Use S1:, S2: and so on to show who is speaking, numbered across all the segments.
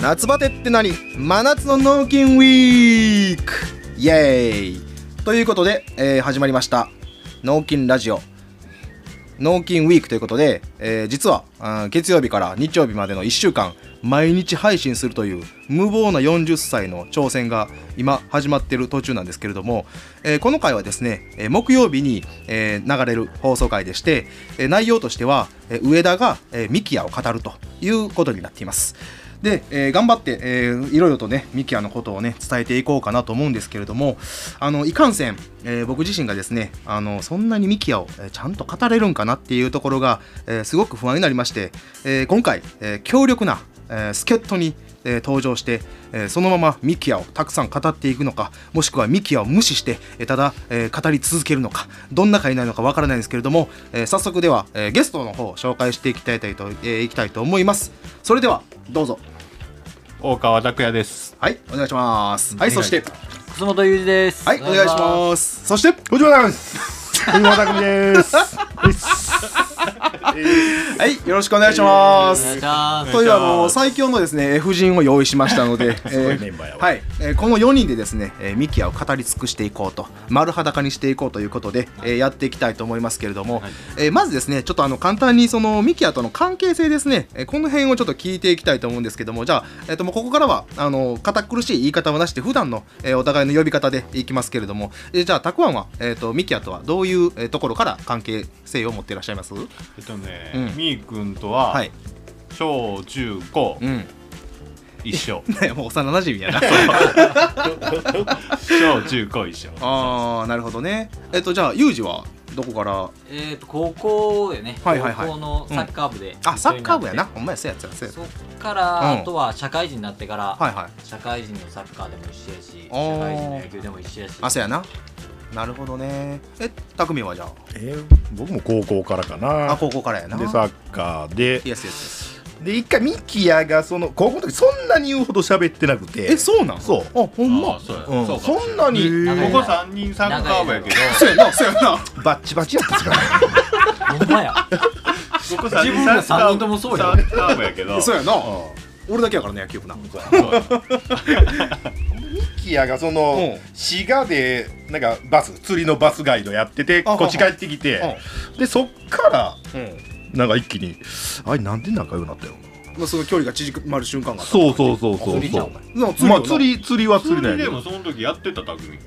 S1: 夏バテって何真夏の脳筋ウィークイエーイということで、えー始まりました脳筋ラジオ脳筋ウィークということで、えー実はあー月曜日から日曜日までの1週間毎日配信するという無謀な40歳の挑戦が今始まっている途中なんですけれども、えーこの回はですね、えー木曜日に、えー流れる放送回でして、えー内容としては、えー上田が、えーミキヤを語るということになっています。で、えー頑張って、えーいろいろとねミキヤのことをね伝えていこうかなと思うんですけれどもあのいかんせん、えー僕自身がですねあのそんなにミキヤを、えーちゃんと語れるんかなっていうところが、えーすごく不安になりまして、えー今回、えー強力な、えー助っ人に、えー登場して、えーそのままミキヤをたくさん語っていくのかもしくはミキヤを無視して、えーただ、えー語り続けるのかどんな回になるのかわからないんですけれども、えー早速では、えーゲストの方を紹介していきたいと,、えーいきたいと思いますそれではどうぞ
S2: 大川拓也です。
S1: はい、お願いします。はい、
S2: お願
S1: そし
S2: い
S1: て、
S3: 楠本裕二です。
S1: はい、お願いし
S3: す。
S1: ます。そして、
S4: こんにちはです。小島匠です。
S1: はい、よろしくお願いしま
S3: お願い
S1: す
S3: し。ます。
S1: というあの最強のですね F 陣を用意しましたの で、え
S4: ごい
S1: ー
S4: メンバーやわ
S1: はい、えーこの4人でですね、えーミキヤを語り尽くしていこうと丸裸にしていこうということで、えーやっていきたいと思いますけれども、えーまずですねちょっとあの簡単にそのミキヤとの関係性ですね、えーこの辺をちょっと聞いていきたいと思うんですけどもじゃあ、えー、ともうここからはあの堅苦しい言い方はなしで普段の、えーお互いの呼び方でいきますけれども、えーじゃあたくあんは、えー、とミキヤとはどういうえーところから関係性を持っていらっしゃいます
S2: えっとね、
S1: うん
S2: みーくんとは、
S1: はい、
S2: 小中高、
S1: うん、
S2: 一緒。
S1: もう幼馴染やな
S2: 小中高一緒。
S1: ああなるほどねえっとじゃあユージはどこから
S3: えっと高校よね。
S1: はいはいはい
S3: 高校のサッカー部で。
S1: あサッカー部やな。ほんまやそうやつやそうやつ
S3: そ
S1: や
S3: っからあとは社会人になってから、
S1: はいはい
S3: 社会人のサッカーでも一緒やし、社
S1: おー
S3: 会人の野球でも一緒やし。
S1: あそうやななるほどねえ匠はじゃあ
S4: えー僕も高校からかな。
S1: あ高校からやな
S4: でサッカーで
S1: イエスイエス
S4: で一回ミキヤがその高校の時そんなに言うほど喋ってなくて
S1: イエスえそうなん
S4: そう
S1: あほんま
S2: あそうや
S4: うん
S2: そうかもし
S4: そ
S2: れ
S4: んなに
S3: へー
S2: ここ三人サッカー部やけど、
S1: そうやなそうやな
S4: バッチバチやったんですからね
S3: ほんまや。
S2: ここ三
S3: 自分ら三人とも
S2: 部
S3: そう
S2: サ
S3: よ
S2: ッカー部やけ ど、
S1: そうやな
S2: うん
S1: 俺だけやからね野球部なうん
S2: そうや
S4: ミキヤがその
S1: う
S4: 滋賀でなんかバス釣りのバスガイドやってて
S1: あ
S4: こっち帰ってきてでそっから
S1: うん
S4: なんか一気にあれなんで仲良くなったよ
S1: まあその距離が縮まる瞬間が
S4: そうそうそうそう
S3: 釣りじゃんお前
S1: う
S4: まあ釣り釣りは釣
S2: 釣
S4: りな
S2: り
S4: ん
S2: で
S4: やけど
S2: もその時やってた匠。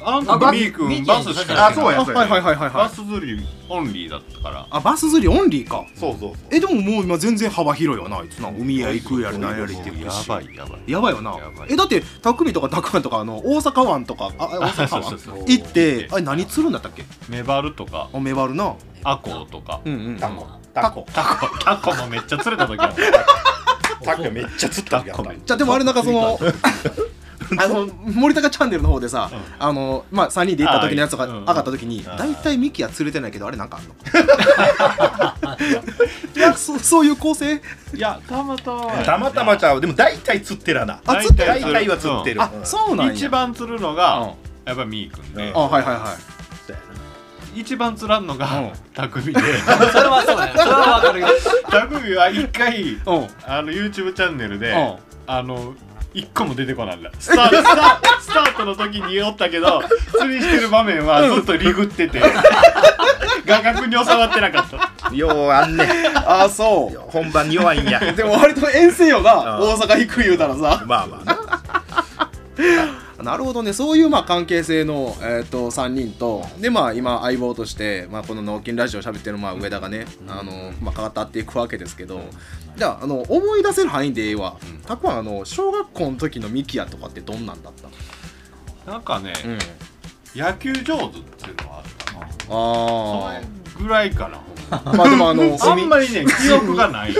S2: あん
S3: あ
S2: た
S3: バ
S2: みーく
S3: ミ
S2: ん
S3: ーちゃ
S2: バ
S3: ん
S2: スしか
S4: あそう
S2: や。
S4: やそうや
S1: はいはいはいはいは
S2: バ
S1: い
S2: ス釣りオンリーだったから。
S1: あバス釣りオンリーか
S4: そうそうそう
S1: えでももう今全然幅広いよなあいつな海へ行くやりなんやりっていう
S2: やばいやばい。
S1: やばいよな
S2: やばい
S1: えだって匠とかたくあんとかあの大阪湾とかああ大
S2: そう
S1: 阪
S2: そうそう
S1: 湾
S2: そう。
S1: 行って
S2: 行
S1: あれ何釣るんだったっけ
S2: メバルとか
S1: あメバルな
S2: アコウとか。
S1: うんうん
S4: タ
S1: あ
S4: コタコ
S2: タコタコもめっちゃ釣れた時ある。
S4: タコめっちゃ釣った時あった
S2: タコめっ
S1: じゃあでもあれなんかその あの森高チャンネルの方でさ、あのまあ3人で行った時のやつとか
S2: あーうん
S1: 上がった時に
S4: あー
S1: 大体ミキは釣れてないけどあれなんかあんの いやそそういう構成
S2: いや、たまたま。
S4: たまたまちゃうでも大体釣ってらな
S1: あ釣ってる
S4: 大体は釣ってる
S1: あ
S4: うん
S1: そうなんや
S2: 一番釣るの
S1: うん
S2: が、やっぱみーくんで
S1: あ、はいはいはい
S2: 一番釣らんの
S1: うん
S2: が、た くみで、
S3: それはそうや。それはわかるよ。
S2: たくみは一回、
S1: うん
S2: あの、YouTube チャンネル
S1: う
S2: で
S1: ん、
S2: あの、一個も出てこないんだ。スタート、スター ト、スタートの時におったけど、釣りしてる場面はずっとリグって て、画角に収まってなかった。
S4: ようあんねん
S1: ああそ
S4: 本番に弱いんや
S1: うでも割と遠征よな
S4: うん
S1: 大阪行く言うたらさ
S4: まあまあな
S1: なるほどね、そういうまあ関係性の、えー、と3人と、でまあ、今、相棒として、まあ、この脳筋ラジオを喋ってるまあ上田がね、あのまあ、語っていくわけですけど、じゃああの、思い出せる範囲では、たくあんあの小学校の時のミキヤとかってどんなんだったの、
S2: なんかね、
S1: ん、
S2: 野球上手っていうのはあったな。そ
S1: あ
S2: れぐらいかな。
S1: あ、まあでもあの、
S2: あ
S1: 海
S2: んまりね、記憶がない。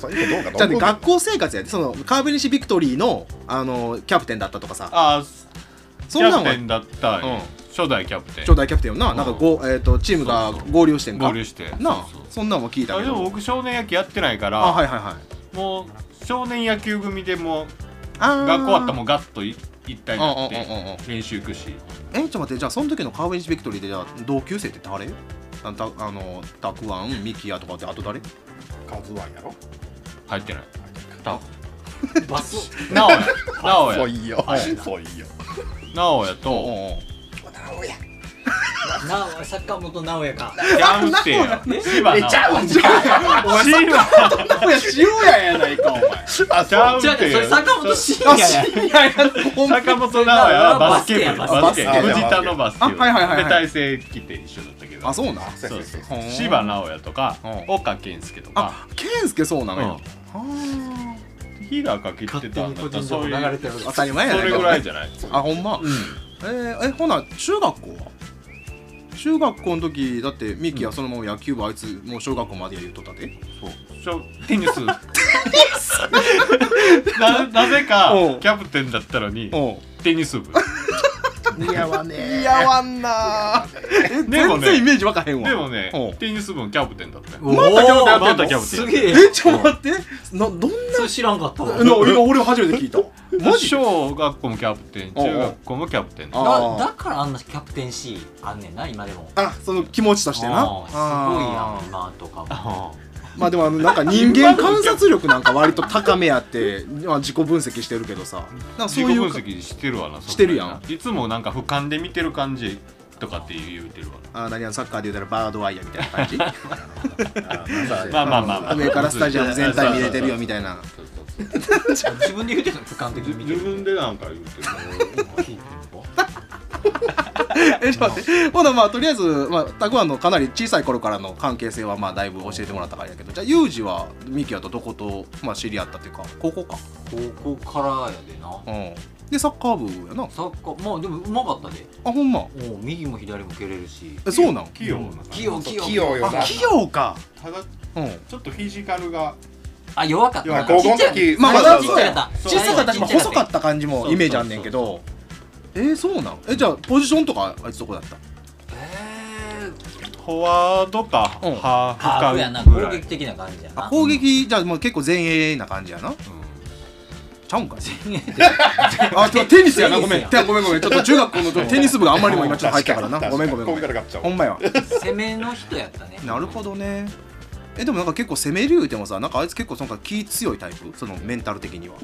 S4: そういうことどうか
S1: じゃあ
S4: と
S1: ね、
S4: 思う
S1: 学校生活やで、その川辺西ビクトリーのあのキャプテンだったとかさ、
S2: あー、キ
S1: そん
S2: ャ
S1: なん
S2: プ
S1: は
S2: テンだったんよ、
S1: うん
S2: 初代キャプテン
S1: 兄弟キャプテンよな、なんかご、えー、とチームが
S2: そうそう
S1: 合流してんか、
S2: 合流して
S1: なあ
S2: そうそう
S1: そんなんも聞いた
S2: あ
S1: け
S2: でも
S1: ど、
S2: 僕少年野球やってないか
S1: あ、
S2: ら、
S1: はいはいはい。
S2: もう少年野球組でもう
S1: あー
S2: 学校終わったらもうガッとい一体になっ
S1: うんうんうんうん
S2: て練習行くし
S1: えちょっと待ってじゃあその時の川西ビクトリーでじゃあ同級生って誰あのたあのたくあんミキヤとかってあと誰
S4: カズワンやろ
S2: 入ってない
S3: バス
S2: なおや なお
S4: そ
S2: や
S4: ういよ。
S2: そういよなおやと
S3: なおサッカー元直哉か
S2: ちゃうってよ芝
S4: え、
S2: なお
S4: ちゃうんじゃ
S2: 芝
S1: やしようややないかお前
S4: あ、
S2: ちゃうっ
S3: 違う違う
S2: て
S3: そ
S2: よ
S3: れ坂本慎也や
S2: 坂本直哉はバスケ部
S3: バ
S2: バ
S3: ス
S2: ス
S3: ケ
S2: ケ
S4: やバスケ
S2: 藤田のバスケ部
S1: あはいはいはいはい
S2: で体制来て一緒だったけど
S1: あそうな
S2: そうそうそう
S1: ほう
S2: 芝直哉とか
S1: うん
S2: 岡健介とか
S1: あケンスケそうなの
S2: うん
S1: よは
S2: 日がかけてた
S3: 勝手
S2: ん
S3: に
S2: だ
S3: 個
S2: ったらそ
S3: 人情報
S2: うい
S3: 流
S2: う
S3: れてる
S1: あ当たり前や
S2: そ
S1: ない
S2: れぐらいじゃない
S1: あほんま
S2: う
S1: えーえほな中学校は中学校の時だってミキはそのまま野球部あいつもう小学校までや言うとったで
S2: んそうテニスななぜか
S1: うん
S2: キャプテンだったのに
S1: お
S2: テニス部
S4: 似合わね
S1: いやわんなー
S2: でも
S1: 全
S2: ね
S1: 然イメージわかへんわ
S2: でもね
S1: うん
S2: テニス部のキャプテンだったよ
S3: ま
S1: たキャプテンやってんの
S3: またキャプテンすげえ
S1: えちょっと待ってなどんな
S3: それ知らんかった
S1: の
S3: わ
S1: 今俺初めて聞いたマジ
S2: 小学校もキャプテン中学校もキャプテン
S1: あー
S3: だだからあんなキャプテン C あんねんな今でも
S1: あその気持ちとしてな
S3: あーすごいやん
S1: あ
S3: 今とかも
S2: あ
S1: ーまあでもあのなん か人間観察力なんか割と高めやってまあ自己分析してるけどさなんか
S2: 自
S1: そ
S2: 己
S1: うい
S2: 分
S1: う
S2: 析してるわな
S1: してるやん
S2: そなないつもなんか俯瞰で見てる感じとかって言うてるわ
S1: あー何やろサッカーで言うたらバードワイヤーみたいな感じ
S2: まあまあまあまあ
S1: 上からスタジアム全体見れてるよみたい な
S2: そうそうそう
S3: 自分で言うてるの俯瞰的に見て
S2: 自
S3: る
S2: 分でなんか言うてる
S1: えちょっと待ってほなまあとりあえず、まあ、たくあんのかなり小さい頃からの関係性はまあだいぶ教えてもらったからやけどじゃあユージはミキヤとどこと、まあ、知り合ったっていうか高校か
S3: 高校からやでな
S1: うんでサッカー部やな
S3: サッカーまあでもうまかったで
S1: あほんま
S3: おう右も左も蹴れるし
S1: え そうなん
S2: 器用な感じ
S3: 器用器用
S4: 器用よな
S1: あ器用か
S2: ただ
S1: うん
S2: ちょっとフィジカルが
S3: あ弱かったな
S4: 高
S3: ち
S4: 校の
S3: っちゃい
S4: 時
S1: まあま
S3: 最
S1: だ
S3: 初ちっちゃいや
S1: 小さか
S2: そう
S3: った
S1: ったしまあ細か
S3: た
S1: った感じもイメージあんねんけどえー、そうなんえじゃあポジションとかあいつどこだった
S3: えー
S2: フォワードか
S1: うん
S2: ハ
S3: ハーフや
S2: ー
S3: な
S2: フかぐ
S3: 攻
S2: らい
S3: 撃的な感じや
S1: あ
S3: な
S1: 攻撃じゃあもう結構前衛な感じやなちゃうんかい あちょっとテニスやなごめん
S3: テ
S1: てごめんごめんちょっと中学校の時テニス部があんまりにも今ちょっと入ったからなごめんごめんごめん
S4: から勝っちゃ
S1: ほんまや
S3: 攻めの人やったね
S1: なるほどねえでもなんか結構攻める言うてもさなんかあいつ結構なんか気強いタイプそのメンタル的には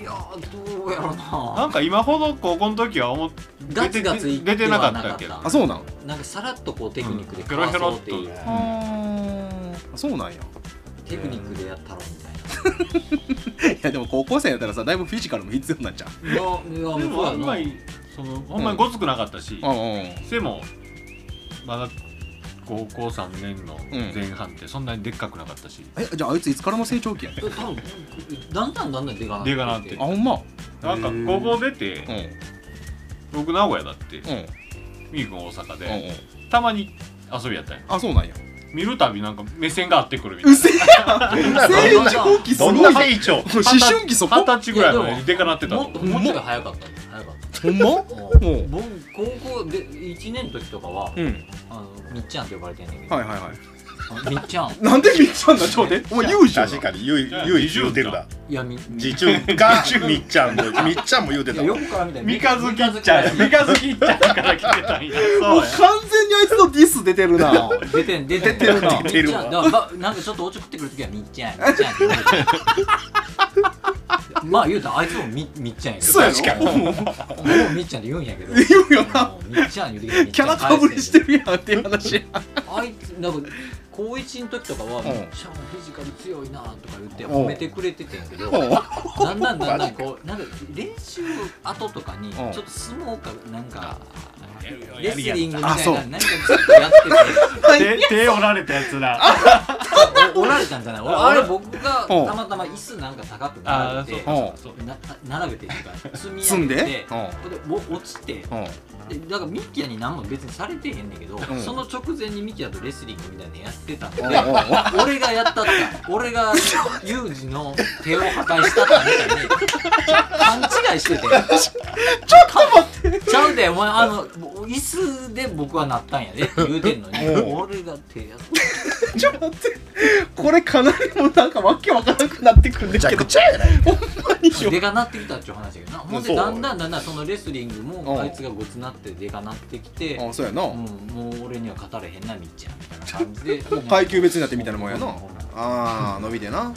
S1: い
S3: やーどうやろ
S2: うんな
S3: なん
S2: か今ほど高校の時は思っ
S3: ガツガツいって
S2: 出てな
S3: は
S2: か
S3: な
S2: っ
S3: か
S2: た
S3: っ
S2: けど
S3: た
S1: あそうなん
S3: なんかさらっとこうテクニックで
S2: うんヘ
S3: か
S2: ロ
S3: わ
S2: ヘ
S3: そ
S2: ロ
S3: うっ
S2: ってと
S3: いう
S1: あーそうなんや
S3: テクニックでやったろみ
S1: いやでも高校生やったらさだいぶフィジカルも必要なんじゃん
S3: たいないやいや
S2: で
S3: もう
S2: もあ
S3: そうんや
S2: ま
S3: な
S2: りそのほんまにごつくなかったし
S1: う
S2: 背もまだ高校3年の
S1: ん
S2: 前半ってそんなにでっかくなかったし
S1: えじゃああいついつからの成長期や
S3: 多分だんだんだんだんでかな
S2: でかなって
S1: あほんま
S2: なんか高校出て
S1: うんうん
S2: 僕名古屋だって
S1: うん
S2: みゆくん大阪
S1: う
S2: で
S1: ん
S2: たまに遊びやったんや
S1: あそうなんや
S2: 見るたびなんか目線が合ってくるみたい
S1: う
S2: な
S1: せやん成長期すご
S4: ど
S1: い
S4: んな成長
S1: もう思春期そこ
S2: 二十歳ぐらいまででかなってた
S3: もっと
S2: と
S3: もっと早かったね早かっ
S1: ほんま
S3: た
S1: もう
S3: 僕高校で1年の時とかは
S1: うん
S3: あのみっちゃんって呼ばれてんねんけど
S1: はいはいは
S3: あのみっちゃん
S1: いなんでみっちゃんだちょっと待ってお前ユージやな
S4: 確かに、ゆい、ゆい、言うてるだ。
S3: いやみ
S4: じちゅんか、みっちゃんも、みっちゃんも言うて
S3: い
S4: た
S3: や
S4: わ。
S3: 横から見たら
S2: 三日月っちゃん三日月っちゃんから来てたんやそ
S1: もう
S2: うや
S1: 完全にあいつのディス出てる な
S3: 出てん出てん
S1: 出てるな
S3: みっちゃん
S4: 出てるわ
S3: だからばなんかちょっとおちょくってくるときはみっちゃんみっちゃんって言われてるまあ言うたらあいつもみみっちゃんやけど
S1: そうやろ
S4: 確かに
S1: もう
S3: もうみっちゃんって言うんやけど
S1: 言うよな
S3: もうみっちゃん言うてきたらみっち
S1: キ
S3: ゃ
S1: ャ
S3: ん
S1: ラかぶりしてるやんっていう話や
S3: あいつなんか高一の時とかは、
S1: ん
S3: めっちゃんフィジカル強いなとか言って褒めてくれててんけど、
S1: うん
S3: だんだんだんだんこうなんか練習後とかに、
S1: ん
S3: ちょっと相撲かなんか、レ
S2: や
S3: ス
S2: り
S3: リ
S2: や
S3: ングみ
S1: あ
S3: た
S1: そう
S3: いな何かずっとやってて
S2: 手手折られたやつだ
S3: おおられたんじゃない俺あれ僕が
S1: うん
S3: たまたま椅子なんか高く
S2: あ
S3: 並
S2: あ
S1: か
S2: そうそ
S3: べて
S2: うそう
S3: な並べてっていうか積み
S1: 積
S3: 上
S1: ん
S3: げ
S1: で
S3: て
S1: う
S3: でお落ちて
S1: んうん
S3: でだからミキヤに何も別にされてへんねんけど、
S1: ん
S3: その直前にミキヤとレスリングみたいなのやってたんで
S1: おうおう
S3: 俺がやったった俺がユージの手を破壊したったみたいに勘違いしててちょっと待ってちゃうでお前あの椅子で僕はなったんやでって言うてんのに
S1: お
S3: 俺が手やっ
S1: ちょっと待ってこれかなりもうなんかわけわからなくなってくるんだ
S4: めちゃ
S1: けど
S4: くちゃやないか。
S3: たでかなってきたっていう話やけどなほん
S4: そ
S3: で
S4: う
S3: だんだんだんだんそのレスリング
S1: うん
S3: もあいつがごつなってでかなってきて、
S1: あそうやな、
S3: うん、もう俺には語れへんなみっちゃんみたいな感じで
S1: 階級別になってみたいなもんやな、
S3: うん
S1: ああ伸びてな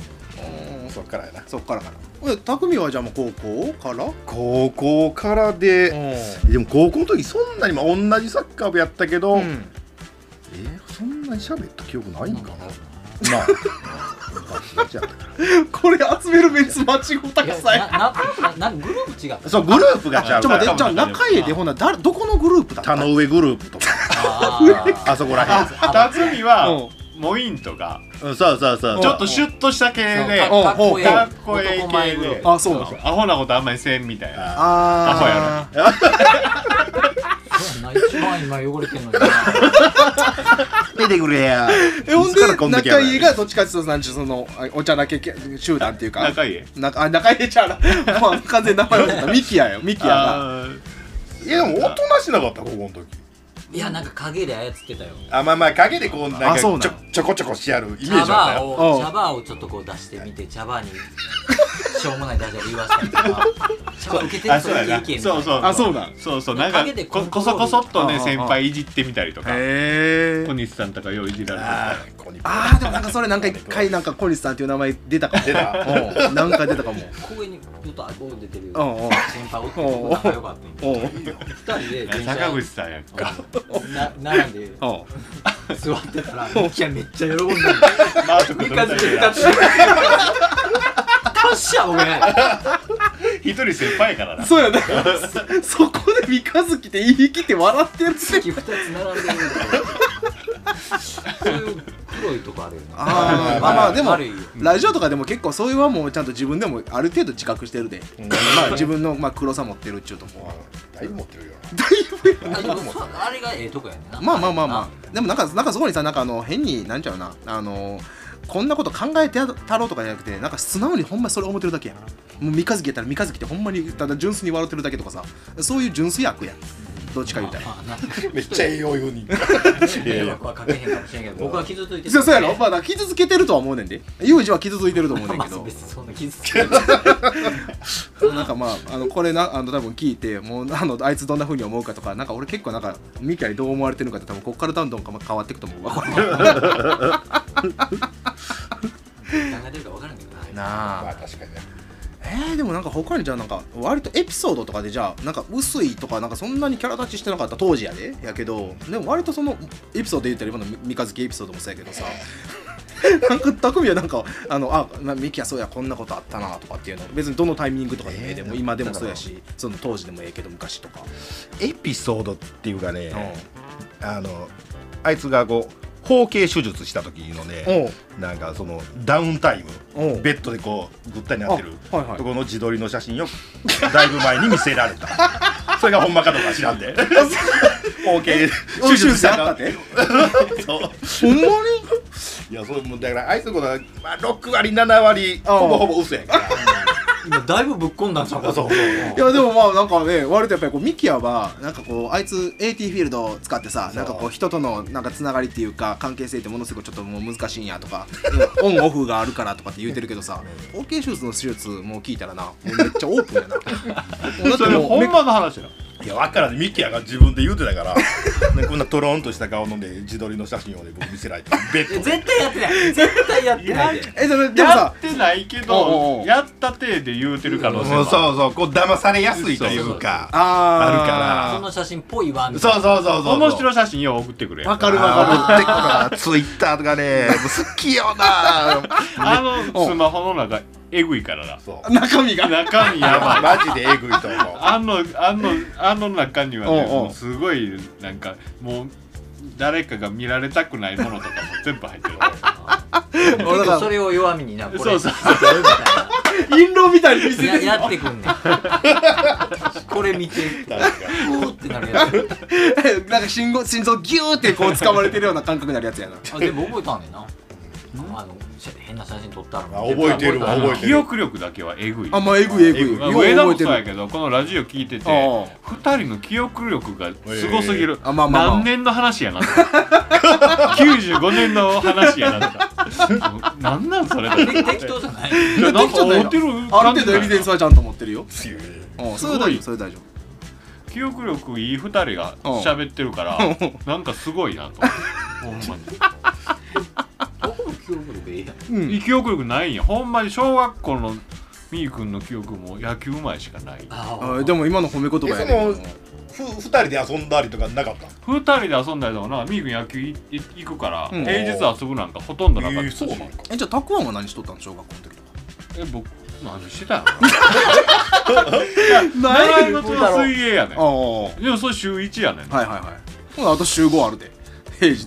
S1: うん
S4: そっからやな
S1: そっからからえ匠はじゃあもう高校から
S4: 高校からで、
S1: う
S4: でも高校の時そんなにまあ同じサッカー部やったけど、え
S1: ん
S4: ーそんなに喋った記憶ないんかな、まあじゃあ
S1: これ集めるベース間違うた
S3: い
S1: く
S3: や
S1: さい
S3: ななななグループ違 った
S4: そうグループがちゃ
S1: あ
S4: う
S1: ちょ
S4: か
S1: っと待
S4: ら
S1: ってじゃあ中江でほな誰どこのグループだった
S4: 田
S1: の
S4: の上グループとか
S3: あー
S4: あそこらへん
S2: 辰巳はモインとか
S4: うんそうそうそう
S2: ちょっとシュッとした系で
S1: そう
S3: かっこええ
S2: かっこええ
S3: 男前グルー
S2: 系で
S3: プ
S1: あそうなんだ
S2: アホなことあんまりせんみたいな
S4: あ
S2: アホや
S1: あ
S2: ろ
S1: あ
S3: そうやな一番今汚れてんのにな
S4: 出てくれや
S1: えほん
S4: いつからこ
S1: で
S4: んだけ
S1: 中
S4: やばい
S1: 井がどっちかっていうとなんちゅうそのあお茶なけ集団っていうか
S2: 仲いい
S1: なあ中 井ちゃうなまあ完全に名前忘れたミキヤよミキヤが
S2: あー
S4: いやでもおとなしなかった高校の時
S3: いやなんか影で操ってたよ
S4: あまあまあ陰でこうなん
S1: あ
S4: か
S1: そうなの
S4: ちょちょこちょこしやるイメージ
S3: 茶
S4: だった
S3: 葉
S4: よ
S1: う
S3: を
S1: ん
S3: 茶葉をちょっとこう出してみて茶葉にしょうもないダジャレ言わせたりとか茶葉受けてる
S2: あ
S3: 人
S2: そうや
S3: い
S2: な
S3: るけん
S2: そうそう
S1: あそうなん
S2: そうそうなんか
S3: 陰でコ
S2: こ
S3: ント
S2: こ
S3: ロール
S2: そこそっと
S1: ああ
S2: ね
S1: あ
S2: 先輩いじってみたりとか
S1: へ
S2: 小西さんとかよういじられて
S4: あ
S2: た
S4: ーここに
S1: あーでもなんかそれなんか一回なんか小西さんっていう名前出たかも
S4: 出た
S1: うんなんか出たかも
S3: 公園にちょっと顎出てる
S1: うんうん
S3: 先輩おって僕仲良かったんよ
S1: おう
S3: 二人で電車
S2: 坂口さんやんか
S3: な並んで
S1: おう
S3: 座ってたらいやめっちゃ喜んでる
S2: マート君
S3: 三
S2: と二
S3: 日月
S2: 人
S3: 二
S2: が
S3: つ達者おめ
S2: 一人先輩やからな
S1: そうやな そそこで三日月って言い切って笑ってる
S3: 月二つ並んでるそういう黒いとこあるよね
S1: あーまあ まあでも
S3: るよ
S1: ラジオとかでも結構そういうはもうちゃんと自分でもある程度自覚してるで、
S4: うん
S1: まあ自分のまあ黒さ持ってるっちゅうとこは
S4: だいぶ持ってるよな
S1: だいぶや
S3: あでもそうあれがええとこやねんな
S1: まあまあまあまあでもなんかなんかそこにさなんかあの変になんちゃうなあのこんなこと考えてやたろうとかじゃなくてなんか素直にほんまにそれ思ってるだけやんもう三日月やったら三日月ってほんまにただ純粋に笑ってるだけとかさそういう純粋悪やんどっちか言うたら
S3: まあな
S4: めっちゃ栄養用に
S3: 迷惑はかけへんかもしれんけど僕は傷ついて
S1: そうそうやろまあだから傷つけてるとは思うねんでユージは傷ついてると思うねん
S3: ま
S1: け
S3: あ
S1: ど
S3: 別にそんな傷つけない
S1: なんかまああのこれなあの多分聞いてもうあのあいつどんな風に思うかとかなんか俺結構なんかミキアにどう思われてるのかって多分こっからどんどんか変わっていくと思うわこれ
S3: 考えてるか分からんけど
S1: な
S3: な
S4: まあ確かにね
S1: えー、でもなんか他にじゃあなんか割とエピソードとかでじゃあなんか薄いとかなんかそんなにキャラ立ちしてなかった当時やでやけどでも割とそのエピソードで言ったら今の三日月エピソードもそうやけど さなんか匠はなんかあのあなミキはそうやこんなことあったなとかっていうの別にどのタイミングとかでもええで
S4: え
S1: も
S4: ー
S1: 今でもそうやしその当時でもええけど昔とか、
S4: エピソードっていうかね、
S1: う
S4: あのあいつがこう包茎手術した時のね、
S1: ん
S4: なんかそのダウンタイ
S1: お
S4: ム
S1: う
S4: ベッドでこうぐったりなってる
S1: あはいはい
S4: ところの自撮りの写真をだいぶ前に見せら れたそれがほんまかどうか知らんで包茎手術したかっ
S1: 手
S4: てそう
S1: ほんまに
S4: いやそれもうだからあいつのことは、まあ、6割7割
S1: ああ
S4: ほぼほぼ嘘やんか
S3: 今だいぶぶっ込んだんちゃう
S4: ら
S3: か
S4: そう
S1: いやでもまあなんかね割とやっぱりこうミキヤはなんかこうあいつ AT フィールドを使ってさなんかこう人とのなんかつながりっていうか関係性ってものすごいちょっともう難しいんやとかオンオフがあるからとかって言うてるけどさ OK 手術の手術もう聞いたらなもうめっちゃオープンやなもう
S2: それ
S1: だってもう
S2: ほんまの話だ
S4: いや分からんミキヤが自分で言うてたから ねこんなトローンとした顔のね自撮りの写真をね僕見せら れてベッド
S3: え
S4: で
S3: 絶対やってない絶対やってないで
S1: えそれでも
S2: や
S1: さ
S2: ってないけ
S1: おうおうお
S2: ど
S1: う
S2: やった体で言うてる可能性も
S4: もう
S2: あ
S4: そうそうこう騙されやすいというか
S1: あー
S4: あるから
S3: その写真っぽいわみたい
S4: そうそうそうそう
S2: る面白い写真よう送ってくれ
S1: わかるわか
S4: あー持ってくからツイッターとかねもう好きよ な
S2: あのスマホの中えぐいからな
S4: そう
S1: る中身 が
S2: 中身やばい
S4: マジでえぐいと思う
S2: あのあのあの中にはね
S1: おうおう
S2: もうすごいなんかもう誰かが見られたくないものとかも全部入ってる
S3: な結構それを弱みになこれ
S2: そうそう
S1: 印籠みたいに見せて
S3: や
S1: る
S3: やってくんねんこれ見てう
S4: 確かに
S3: ーってなるやつ
S1: なんか心臓心臓ギューってこう掴まれてるような感覚になるやつやな
S3: あでも覚えたんねんなあのし変な写真撮ったら
S4: あ覚えてるわ覚えてる
S2: 記憶力だけはえぐい
S1: あまあえぐいえぐい
S4: えぐい
S2: まあ
S1: よう
S2: 上田も
S1: 覚えて
S2: そう
S1: る
S2: やけどこのラジオ聞いてて
S1: おうおう
S2: 2人の記憶力がすごすぎる、
S1: えーあまあまあまあ
S2: 何年の話やなとか 95年の話やなとか何なんそれとか
S3: で適当じゃない
S2: いやなんか合うてる
S1: ある程度エビデンスはちゃんと持ってるよ
S4: 強いね
S1: うんそ
S2: す
S1: れ
S2: ごい
S1: は大丈夫それは大丈夫
S2: 記憶力いい2人が 喋ってるからなんかすごいなと思ってほんまに
S3: 僕も記記憶力ええやん
S2: 記憶力ないんやほんまに小学校のみーくんの記憶も野球前しかない
S3: あ
S1: あでも今の褒め言葉やね
S4: えそのふ二人で遊んだりとかなかった
S2: 二人で遊んだりとかなみーくん野球いい行くから、
S1: うん
S2: 平日遊ぶなんかほとんどなかったし、
S4: えーそうなんか
S1: えじゃあたくあんは何しとったの小学校の時とか
S2: え僕何してたんやろ習い事は水泳やね
S1: ああは
S2: んでもそれ週1やねん、
S1: いはいはいほなあと週5あるで平日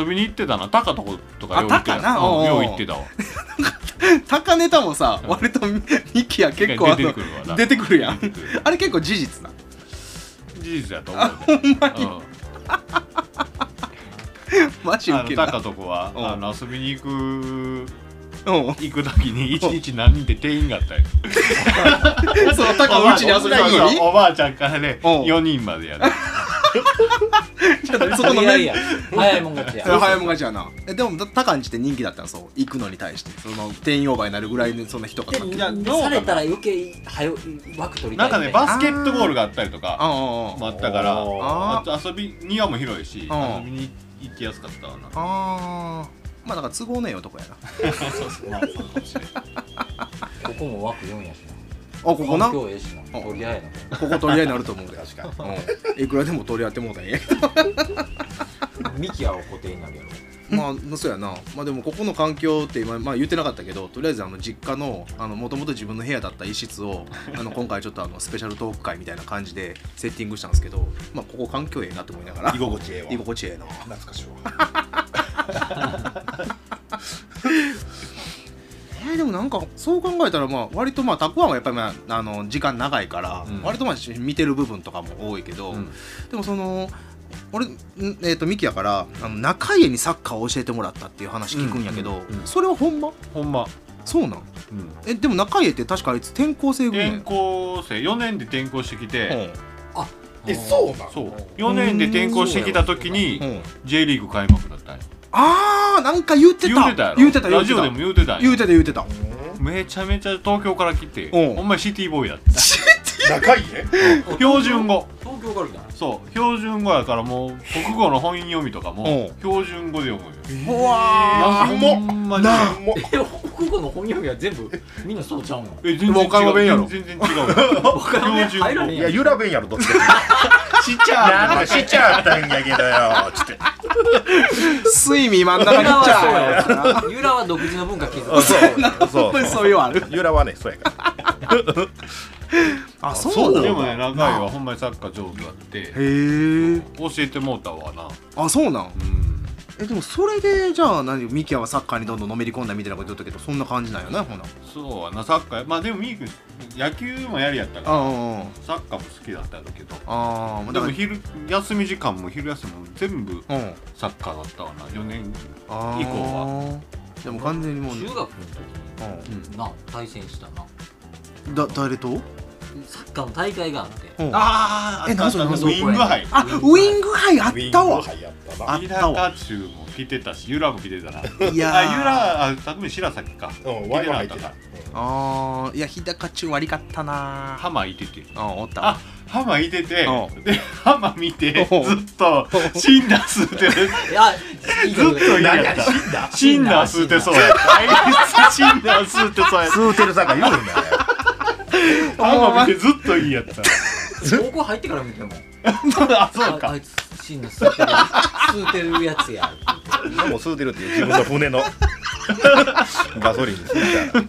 S2: 遊びに行ってたなタカとことかよう行って
S1: あタカな
S2: たうん
S1: おうお
S2: よ
S1: う
S2: う行ってたわ
S1: 高ネタもさ
S2: うん
S1: 割とミミキや結構あ
S2: 出てくるわ
S1: の
S2: な
S1: 出てくるやん
S2: 出てくる
S1: あれ結構事実な
S2: 事実やと思うでうん
S1: マジ
S2: あ
S1: ウ
S2: の
S1: ケる
S2: タ
S1: な
S2: カとこは
S1: うん
S2: あの遊びに行く
S1: うん
S2: 行く時に一日何人で定員があったよ
S1: そのタカをうちに遊びに行くのに
S2: おばあちゃんからね
S1: うん
S2: 4人ま でやる
S1: ちょっとそ
S3: そこ
S1: こ
S3: の
S1: の
S3: メ
S1: メ
S3: ン
S1: ン
S3: や
S1: バ
S3: 早いもん勝ちや
S1: ー早いもん勝ちやなえでもタカんちって人気だったのそう行くのに対してその店員オーバーになるぐらいのそんな人が
S3: で
S1: かけ
S2: やどうかな
S3: されたら余計早い枠取りた
S2: ないんかねバスケットボールがあったりと
S1: あ
S2: か
S1: あ
S2: もあったから
S1: あ
S2: あと遊び庭も広いし
S1: うん
S2: 遊びに行きやすかったわな
S1: ああーまあだから都合ねえ男やなあ
S3: まあそうかもしれんここも枠4やしな
S1: ここなこ
S3: 今日ええしな取り合え
S1: こ取り合いになると思うで
S4: 確かに
S1: うんいくらでも取り合ってもうたんや
S3: なミキアを固定になるやろ
S1: まあそうやなまあでもここの環境って今、まあ、言ってなかったけどとりあえずあの実家のもともと自分の部屋だった一室をあの今回ちょっとあのスペシャルトーク会みたいな感じでセッティングしたんですけどまあここ環境ええなと思いながら
S4: 居心地ええわ
S1: 居心地ええな
S4: 懐かしいわ
S1: えーでもなんかそう考えたらまあ割とまあたくあんはやっぱりまああの時間長いから、
S2: うん
S1: 割とまあし見てる部分とかも多いけど、
S2: うん
S1: でもその俺、んえー、とミキやからあの中家にサッカーを教えてもらったっていう話聞くんやけど、
S2: うんうんうん
S1: それはほんま
S2: ほんま
S1: そうなん
S2: うん
S1: えでも中家って確かあいつ転校生ぐらい
S2: 転校生4年で転校してきて
S4: えそうなの
S2: そう4年で転校してきた時
S1: うん、
S2: に
S1: うん
S2: J リーグ開幕だったんよ
S1: あーなんか言ってた
S2: 言うてたやろ
S1: 言うてた言う
S2: ラ
S1: て
S2: ジ
S1: た
S2: オでも言うてたんよ
S1: 言うてた言うてた
S2: めちゃめちゃ東京から来て
S1: うん
S2: ほんまシティボーイだった
S4: 仲いいね
S2: 標準語
S3: 東京から来たの
S2: そう標準語やからもう国語の本読みとかも
S1: うん
S2: 標準語で読むよ
S1: うわ
S2: なん
S1: ー
S2: かほんまに
S4: なも
S3: え国語の翻訳は全部みんなそうちゃうの
S2: え全然
S1: わからんべんや
S2: 違
S1: ろ
S2: う全然違 うよ標準
S3: 入ら
S2: 語
S3: へん
S4: い
S3: や
S4: や
S3: ん
S4: ゆらべんやろどっちか
S2: ちっち
S4: なんか しちゃったんやけどよつって
S1: 睡眠真ん中に行っちゃう
S3: ユラは独自の文化築 く
S4: そうそ
S1: 本当にそういうのある
S4: ゆらはねそうやから
S1: あ
S4: そう
S2: でもね中井はほんまにサッカー上手だって
S1: へえ
S2: 教えてもうたわな
S1: あそうなん
S2: うん
S1: えでもそれでじゃあ何ミキアはサッカーにどんどんのめり込んだみたいなこと言っとったけどそんな感じなんやなほな
S2: そうやなサッカーまあでもみーくん野球もやりやったから
S1: あ
S2: サッカーも好きだったんだけど
S1: あああ
S2: で
S1: で
S2: も
S1: も
S2: 昼休み時間も昼休みも全部
S1: うん
S2: サッカーだったわな4年
S1: あー
S2: 以降は
S1: でも完全にもう、
S3: 中学の時な対戦したな
S1: うん、だ誰と、
S3: サッカーの大会があって
S1: うん
S2: ああ
S1: え
S2: あったあった
S1: 何それ
S2: ウィング杯
S1: あウイング杯あったわ
S4: やった
S1: あ
S4: な
S2: 飯高中も来てたしユラも来てたなあ
S1: いやー
S2: ユラあ匠白崎か
S4: うんワイワイ入ってた
S1: あーいや日高中悪かったなー
S2: 浜いてて
S1: あおったわ
S2: あ浜いてて
S1: う
S2: で浜見てず
S1: うん
S2: っと死んだ吸うてる
S3: いやいい
S2: ずっと言う
S4: 何
S2: やっ
S4: や
S2: た
S4: 死んだ
S2: 死んだ吸うてそうやったあいつ死んだ吸うてそうやった
S4: 吸うてるさか言うんだよ
S2: 浜見てずっといいやった
S3: 高校入ってから見ても
S2: あそう
S3: ああ
S2: か
S3: いつ死んだ吸ってる吸ってるや つや
S4: 今も吸うてるっていう自分の船の ガソリンで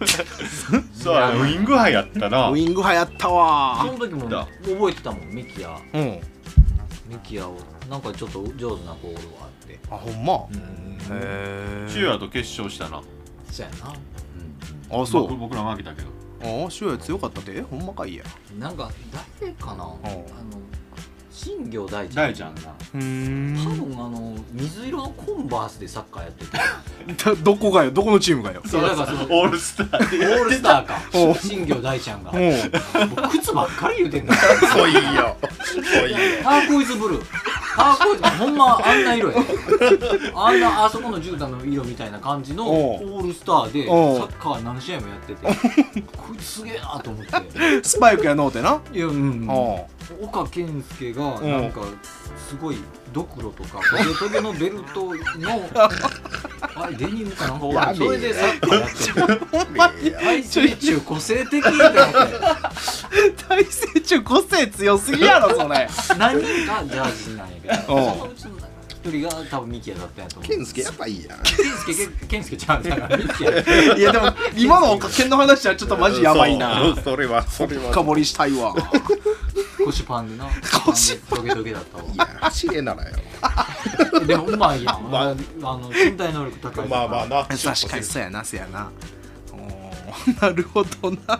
S4: すね
S2: そうやウィング杯やったな
S1: ウイング杯あった
S3: そ
S1: わ
S3: の時も覚えてたもんミキア
S1: ーうん
S3: ミキアをなんかちょっと上手なボールがあって
S1: あほんま
S4: うん
S1: へ
S2: 中
S1: え
S2: 夜と決勝したな
S3: そうやな
S1: あそう、
S2: 僕僕ら負けたけど
S1: ああシュウヤ強かったでほんまかいや
S3: なんか誰かな、あの新行大ちゃん
S2: 大ちゃんな
S1: う
S3: 多
S1: ん
S3: 分あの水色のコンバースでサッカーやってて
S1: どこがよどこのチームがよ
S3: そうだからそのオ
S2: オールスターで
S3: ールスターか
S1: おう
S3: 新行大ちゃんが
S1: う
S3: もうん靴ばっかり言うてんだ
S4: そういいよそういいよ
S3: ターコイズブルーターコイズほんまあんな色やあんなあそこの絨毯の色みたいな感じの
S1: お
S3: オ
S1: う
S3: ールスターでサ
S1: おう
S3: ッカー何試合もやっててこいつすげえなと思って
S1: スパイクやのうてない
S3: やうん
S1: あ
S3: 岡健介がなんかすごいドクロとかトゲトゲのベルトのあれデニムかなんかわからん
S1: や
S3: そ
S1: べえ
S3: れでさっきやってる大
S1: ちょい
S3: 成中個性的って思って
S1: 大成中個性強すぎやろそれ
S3: 何人かジャージなんやけど
S1: うん
S3: そのうちの一人が多分ミキヤだったんやと思う
S4: 健介やっぱいいやん
S3: ケンスケケンケンスケちゃんだからミキヤ
S1: いやでも今のおかけんの話はちょっとマジやばいな
S4: そうそれはそれは
S1: 深掘りしたいわ
S3: 腰パンでな
S1: 腰
S3: パンでトゲトゲだったわ
S4: いや走れならよ
S3: でもうまいやん、
S4: まあ
S3: あの身体能力高いから
S4: まあまあな
S1: 確かにそうやなそうやなおーな るほどな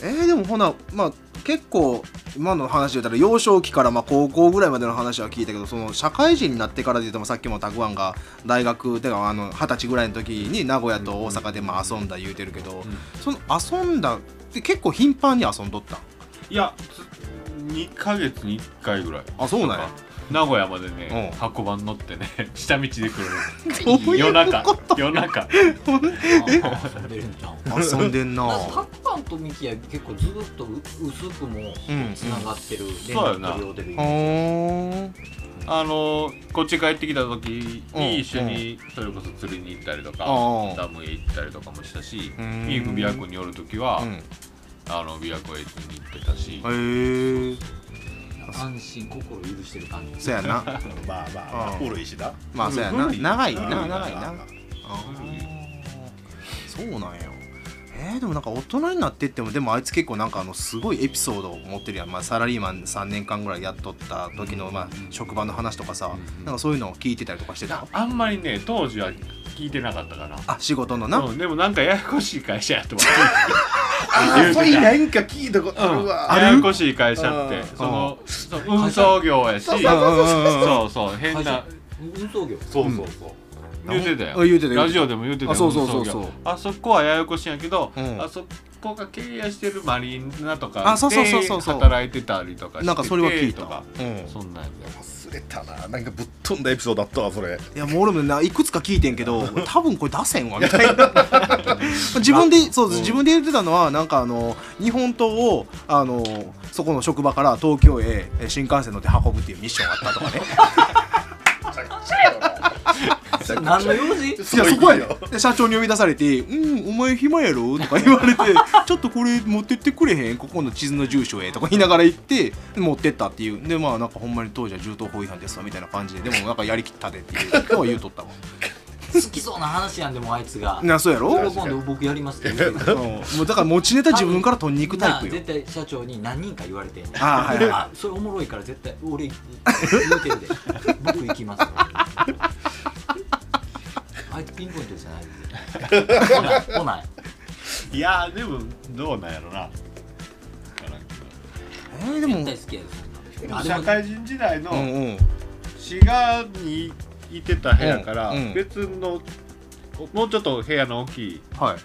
S1: えー、でもほなまあ結構今の話で言ったら幼少期からまあ高校ぐらいまでの話は聞いたけどその社会人になってからで言ってもさっきもたくあんが大学てかあの二十歳ぐらいの時に名古屋と大阪でまあ遊んだ言うてるけど、その遊んだって結構頻繁に遊んどったん
S2: いや2ヶ月に1回ぐらい
S1: あそうなんや
S2: 名古屋までね
S1: うん
S2: 箱番乗ってね 下道で来る
S1: どういうこと
S2: 夜中夜中
S3: 遊んでるんじゃん
S1: 遊んでん な
S3: なんかタッパンとミキヤ結構ずっとう薄くもつながってる、連
S2: そうやな
S3: 絡取り合うてるイ
S1: ほ
S3: メージ
S1: ーん
S2: あのこっち帰ってきた時
S1: うん
S2: に一緒にそれこそ釣りに行ったりとか
S1: うん
S2: ダムへ行ったりとかもしたし
S1: うん
S2: ピーク琵琶湖におる時は
S1: うんへ
S2: あの琵琶湖へ釣りに行ってたし
S1: えー、
S3: 安心心許してる感じ
S1: そうやな
S4: まあまあ
S1: うん
S4: 古いしな
S1: まあそうやな
S2: 古い
S1: 長いな
S2: 古い
S1: 長いなあーそうなんやえー、でもなんか大人になってってもでもあいつ結構なんかあのすごいエピソードを持ってるやん、まあ、サラリーマン3年間ぐらいやっとった時の、まあ、職場の話とかさ、
S2: うん
S1: なんかそういうのを聞いてたりとかしてた
S2: あんまりね当時は聞いてなかったかな
S1: あ仕事のな、
S2: うん、でもなんかややこしい会社やと思
S4: あ
S2: 言うてた
S4: それなんか聞いたことあ
S2: う、う
S4: る
S2: ん、
S4: わ
S2: ややこしい会社って
S4: うん
S2: そのそう運送業やし
S4: そう
S1: うんうんうんうん
S2: そうそう変
S3: 会社
S2: な
S3: 運送業
S4: そ
S1: そ
S4: う
S1: う
S4: そう
S2: 言うてたよ
S1: あ言うてた
S2: ラジオでも言うてたよ
S1: あそうそうそうそう
S2: 運送業あそこはややこしいんやけど、
S1: うん
S2: あそこが経営してるマリーナとか
S1: あそうそうそうそう
S2: で働いてたりとかしてて
S1: なんかそれは聞いた
S2: とか、
S1: うん
S2: そんなんやで
S4: 忘れたななんかぶっ飛んだエピソードあったわそれ
S1: いやもう俺もないくつか聞いてんけど多分これ出せ んわみたいな自分でそうです自分で言ってたのはなんかあの日本刀をあのそこの職場から東京へえ新幹線乗って運ぶっていうミッションがあったとかね
S3: 何の用事
S1: いやそこやよで社長に呼び出されて「うんお前暇やろ?」とか言われて 「ちょっとこれ持ってってくれへんここの地図の住所へ」とか言いながら行ってで持ってったっていうでまあなんかほんまに当時は銃刀法違反ですわみたいな感じででもなんかやりきったでっていうのは言うとったわ
S3: 好きそうな話やんでもあいつが
S1: なそうやろ
S3: 喜んで僕やりますって言うて
S1: うんもうだから持ちネタ自分から取りに行くタイプよ
S3: な絶。対社長に何人か言われて
S1: あはいはい
S3: あそれおもろいから絶対俺言うてるで僕行 きますあいつピンポイントじゃない来ない来ない
S2: いやーでもどうなんやろな
S1: えー、でも、
S3: 絶対好きやでそんなあでも
S2: 社会人時代の、
S1: うんうん。
S2: 滋賀にいてた部屋から
S1: うんうん
S2: 別の、もうちょっと部屋の大きい
S1: はい。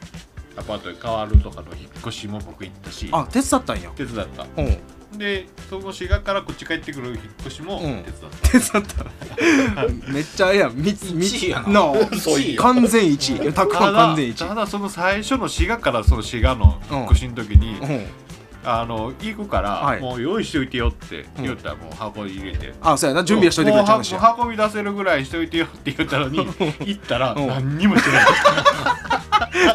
S2: アパートに変わるとかの引っ越しも僕行ったし
S1: あ、手伝ったんや。
S2: 手伝った
S1: うん。
S2: でその滋賀からこっち帰ってくる引っ越しも
S1: う
S2: 手伝
S1: ん
S2: っ
S1: 手伝った。めっちゃええやん。み、み
S3: 一位やな
S1: なあ
S4: そういいよ
S1: 完全一位。た
S2: た、
S1: くさん 完全一位
S2: た。だその最初の滋賀からその滋賀の引っ越しの時に、
S1: うん。
S2: あの行くから、
S1: はい
S2: もう用意しといてよって言ったらもう箱に入れて、
S1: あ、そうやな。準備はしといてくれって話
S2: もう
S1: や。
S2: はもう運び出せるぐらいしといてよって言ったのに行ったら
S1: うん
S2: 何にもしてない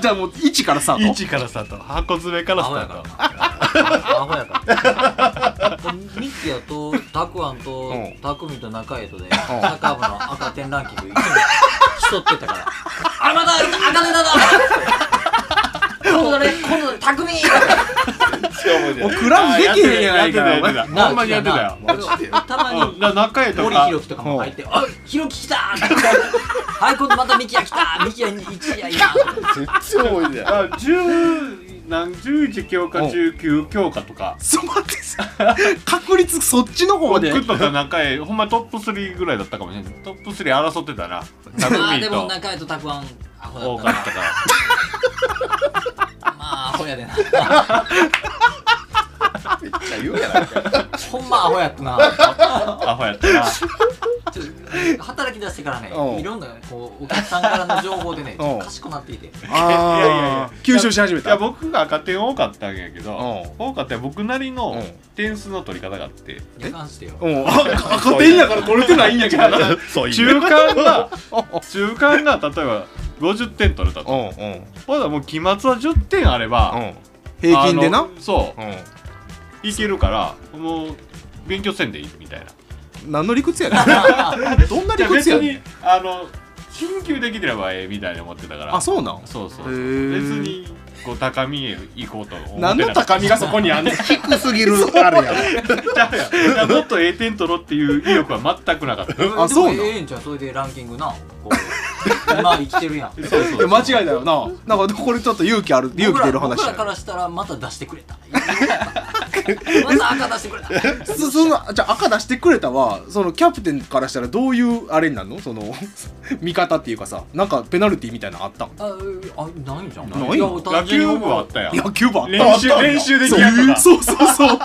S1: じゃあもう一からス タート。
S2: 一からスタート箱詰めからスタ
S3: アホ
S2: ー
S3: やか
S2: ト
S3: らアホやからミキヤとタクアンと
S1: うん
S3: タクミと中江とで
S1: ん
S3: サッカー部の赤点ランキングいつもしとってたからあれまだ赤点だぞ今度ね今度ねタクミ
S1: もうクラブできへんやないか。お前
S2: やってたほんまにやってたよ
S3: なたまに
S2: うんな中江と
S3: 森
S2: か
S3: ひろきとかも入って「あひろき来た!」はい今度またミキヤ来たミキヤ1やいや
S4: 全然覚えてない
S2: あ10何11教科中9教科とか
S1: そう待ってさ。確率そっちの方で。
S2: 僕とか中江ほんまトップ3ぐらいだったかもしれないトップ3争ってたなタグミ
S3: まあで
S2: ー
S3: も
S2: と
S3: 中江とたくあんアホ
S2: 多
S3: だ
S2: か
S3: っ
S2: ったから
S3: たなまあアホやでな
S4: めっちゃ言うやないか
S3: ほんまアホやったな
S2: アホやったな
S3: ちょ働き出してからね
S1: うん
S3: いろんなこうお客さんからの情報でねちょっ
S1: うん
S3: と賢くなっていて
S2: いやいやいや
S1: ああ吸収し始め
S2: いや
S1: た
S2: 僕が赤点多かったんやけど
S1: う
S2: 多かったら僕なり
S1: う
S2: の
S1: ん
S2: 点数の取り方があって
S3: やかんしてよ
S1: うんあ赤点やから 取れてないんやけどな
S4: そういう
S2: 中間が中間が例えば50点取れた
S1: う
S2: と
S1: んうん
S2: まだもう期末は10点あれ
S1: う
S2: ば
S1: ん平均でな
S2: あのそう
S1: う
S2: いけるからもう勉強せんでいいみたいなん
S1: 何の理屈や ねんどんな理屈や
S2: い
S1: ねん
S2: や別にあの進級できてればええみたいに思ってたから
S1: あそうなん
S2: そうそ
S1: へ
S2: う別
S1: ー
S2: にこう高みへ行こうと思ってな
S1: 何の高みがそこにあ んねん
S4: 低すぎるあれやん
S2: ち ゃうやんいやもっとええ点取ろうっていう意欲は全くなかったそう
S1: あそうな
S3: で
S1: ん
S3: もええんちゃうそれでランキングなこう今生きてるやん
S2: そう
S1: いや間違いだよななんかこれちょっと勇気ある勇気出る話
S3: 僕ら僕ら
S1: や
S3: か
S1: な
S3: らしたらまた出してくれたまた赤出してくれた
S1: そそのじゃあ赤出してくれたはそのキャプテンからしたらどういうあれになるのそ の味方っていうかさなんかペナルティみたいなのあったん
S3: ああないんじゃん
S1: ない
S3: や
S2: 野
S3: 単純
S2: 球
S3: に
S2: 部
S3: 思う
S2: はあったやん
S1: 野球部あった
S2: 練習
S4: あったんや
S2: 練習でき
S1: そ
S2: なかった
S1: う そうそうそう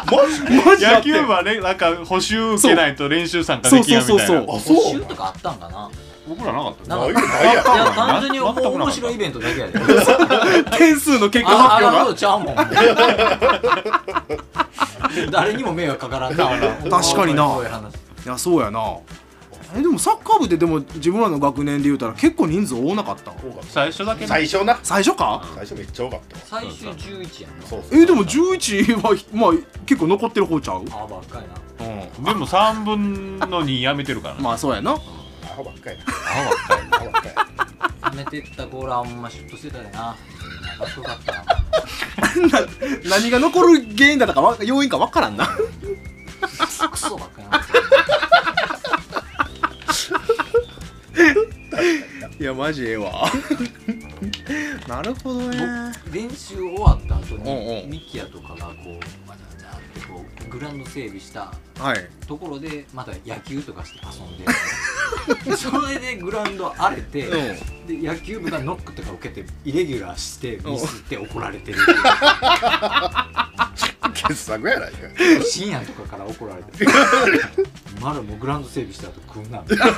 S1: マジだ
S2: 野
S1: って
S2: 球部はねなんか補習受けないと練習参加できないみたいな
S1: そうそうそうそう
S4: あ
S3: 補
S4: そう
S3: 習とかあったんかな
S2: 僕らなかった
S3: な
S4: なんい
S3: か
S4: ないやん
S3: いや単純に
S2: 全くなかった
S3: 面白いイベントだけやで
S1: 点数の結果
S3: あ
S1: 発
S3: あら
S1: 表
S3: うちゃ うもん誰にも迷惑かから んな確
S1: 確かにな
S3: そういう話
S1: がいやそうやなえでもサッカー部ってでも自分らの学年で言うたら結構人数多なかった
S2: 最初だけ
S4: 最初な
S1: 最初か
S4: 最初めっちゃ多かったわ
S3: 最終11やんな
S4: そうそう
S1: えでも11はまあ結構残ってる方ちゃう、
S3: あばっかりな
S1: う
S2: でも3分の2やめてるから
S1: ん、
S2: ね
S1: まあそうや な
S4: アホばっかりな
S2: あわかんない
S4: アホばっかりや
S3: はめてったゴールあんまシュッとしてたでなかっこよかったな
S1: な何が残る原因だったかわ要因か分からんな
S3: クソばっかりな
S1: いやマジええわ なるほどね
S3: 僕練習終わった後
S1: うんう
S3: に
S1: ん
S3: ミキヤとかがこうわざわざってこうグラウンド整備した
S1: はい
S3: ところでまた野球とかして遊ん ででそれでグラウンド荒れて、で野球部がノックとか受けてイレギュラーしてミスって怒られ てるっていう
S4: ん傑作やないかい
S3: 深夜とかから怒られ てるまだもうグラウンド整備した後来んなみたい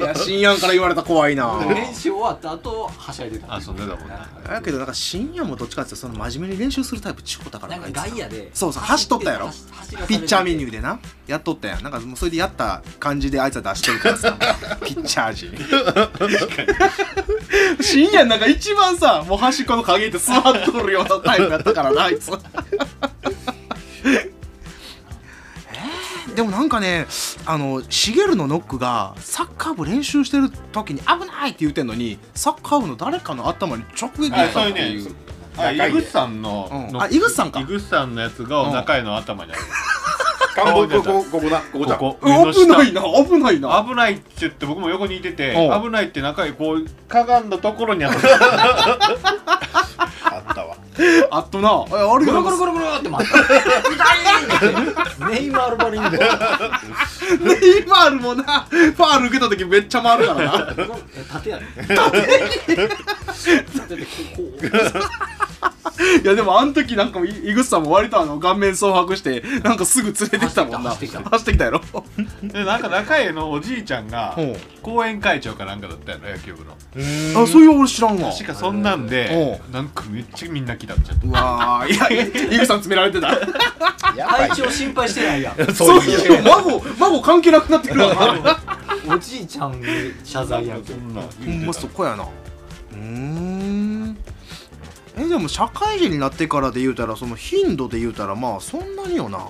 S3: ない
S1: や深夜から言われたら怖い な
S3: 練習終わった後はしゃいでた
S2: 遊んでたもんな
S1: だけどなんか深夜もどっちかっていうとその真面目に練習するタイプチコだから
S3: なんか外野で
S1: そうそう走っとったやろ
S3: 走走らされて
S1: ピ
S3: て
S1: ッチャーメニューでなやっとったやんなんかもうそれでやった感じであいつは出してるから さピッチャー陣深夜なんか一番さもう端っこの陰って座っとるようなタイプやったからなあいつえーでもなんかねあのシゲルのノックがサッカー部練習してる時に危ないって言ってんのにサッカー部の誰かの頭に直撃やったってい
S2: あそうういうねあ
S4: 仲
S2: 井
S4: いいね
S2: 口さんの
S1: うん
S2: の
S1: あ井口さんか
S2: 井口さんのやつが中井の頭にある
S4: 看護ここここなここじゃん
S2: ここ上の
S1: 危
S2: 下
S1: ないな危ないな
S2: 危ないって言って僕も横にいてて
S1: うん
S2: 危ないって中井こうかがんだところにあった
S4: あったわ
S1: あっとなああれがな
S3: ゴロ
S1: んか
S3: ゴロゴロゴロって回って痛いってネイマールバリン で
S1: ネイマールもな、ファール受けた時めっちゃ回るからな。
S3: え縦やね縦でこ うこ
S1: いやでもあの時なんかもい井口さんも割とあの顔面蒼白して、なんかすぐ連れてきたもんな。
S3: 走ってきた走
S1: 走ってきたやろ。
S2: でなんか中江のおじいちゃんが
S1: うん
S2: 後援会長かなんかだったよね野球部の
S1: あ、そういう俺知らんわ。
S2: 確かそんなんで
S1: う
S2: なんかめっちゃみんな来たんちゃった
S1: うわー、いやいや、井口さん詰められてた。
S4: や
S3: う
S4: ばい
S3: 体調心配してないやん
S1: そういう、孫、孫関係なくなってくるわ。
S3: おじいちゃんに謝罪やんけ
S2: そんなん
S1: ほん
S2: 言
S1: ま
S2: って
S1: そ
S2: た
S1: こやな。うーん。え、でも社会人になってからで言うたら、その頻度で言うたら、まあそんなによな。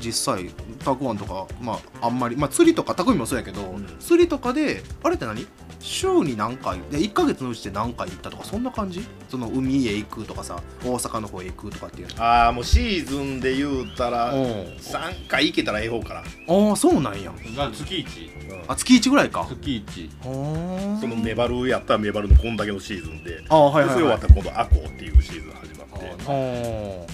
S1: 実際、たくあんとか、まああんまり、まあ釣りとか、たくみもそうやけど、釣りとかで、あれって何週に何回で1ヶ月のうちで何回行ったとかそんな感じその海へ行くとかさ大阪の方へ行くとかっていう
S4: ああもうシーズンで言うたら
S1: の
S4: 三回行けたらええ方かな
S1: うんああそうなんや
S2: が月一
S1: あ月1ぐらいか
S2: 月一
S1: あー
S4: そのメバルやったらメバルのこんだけのシーズンで、
S1: あーはいはい、
S4: それ終
S1: は
S4: わ
S1: い
S4: っ、たら今度アコーっていうシーズン始まって
S3: あ
S1: え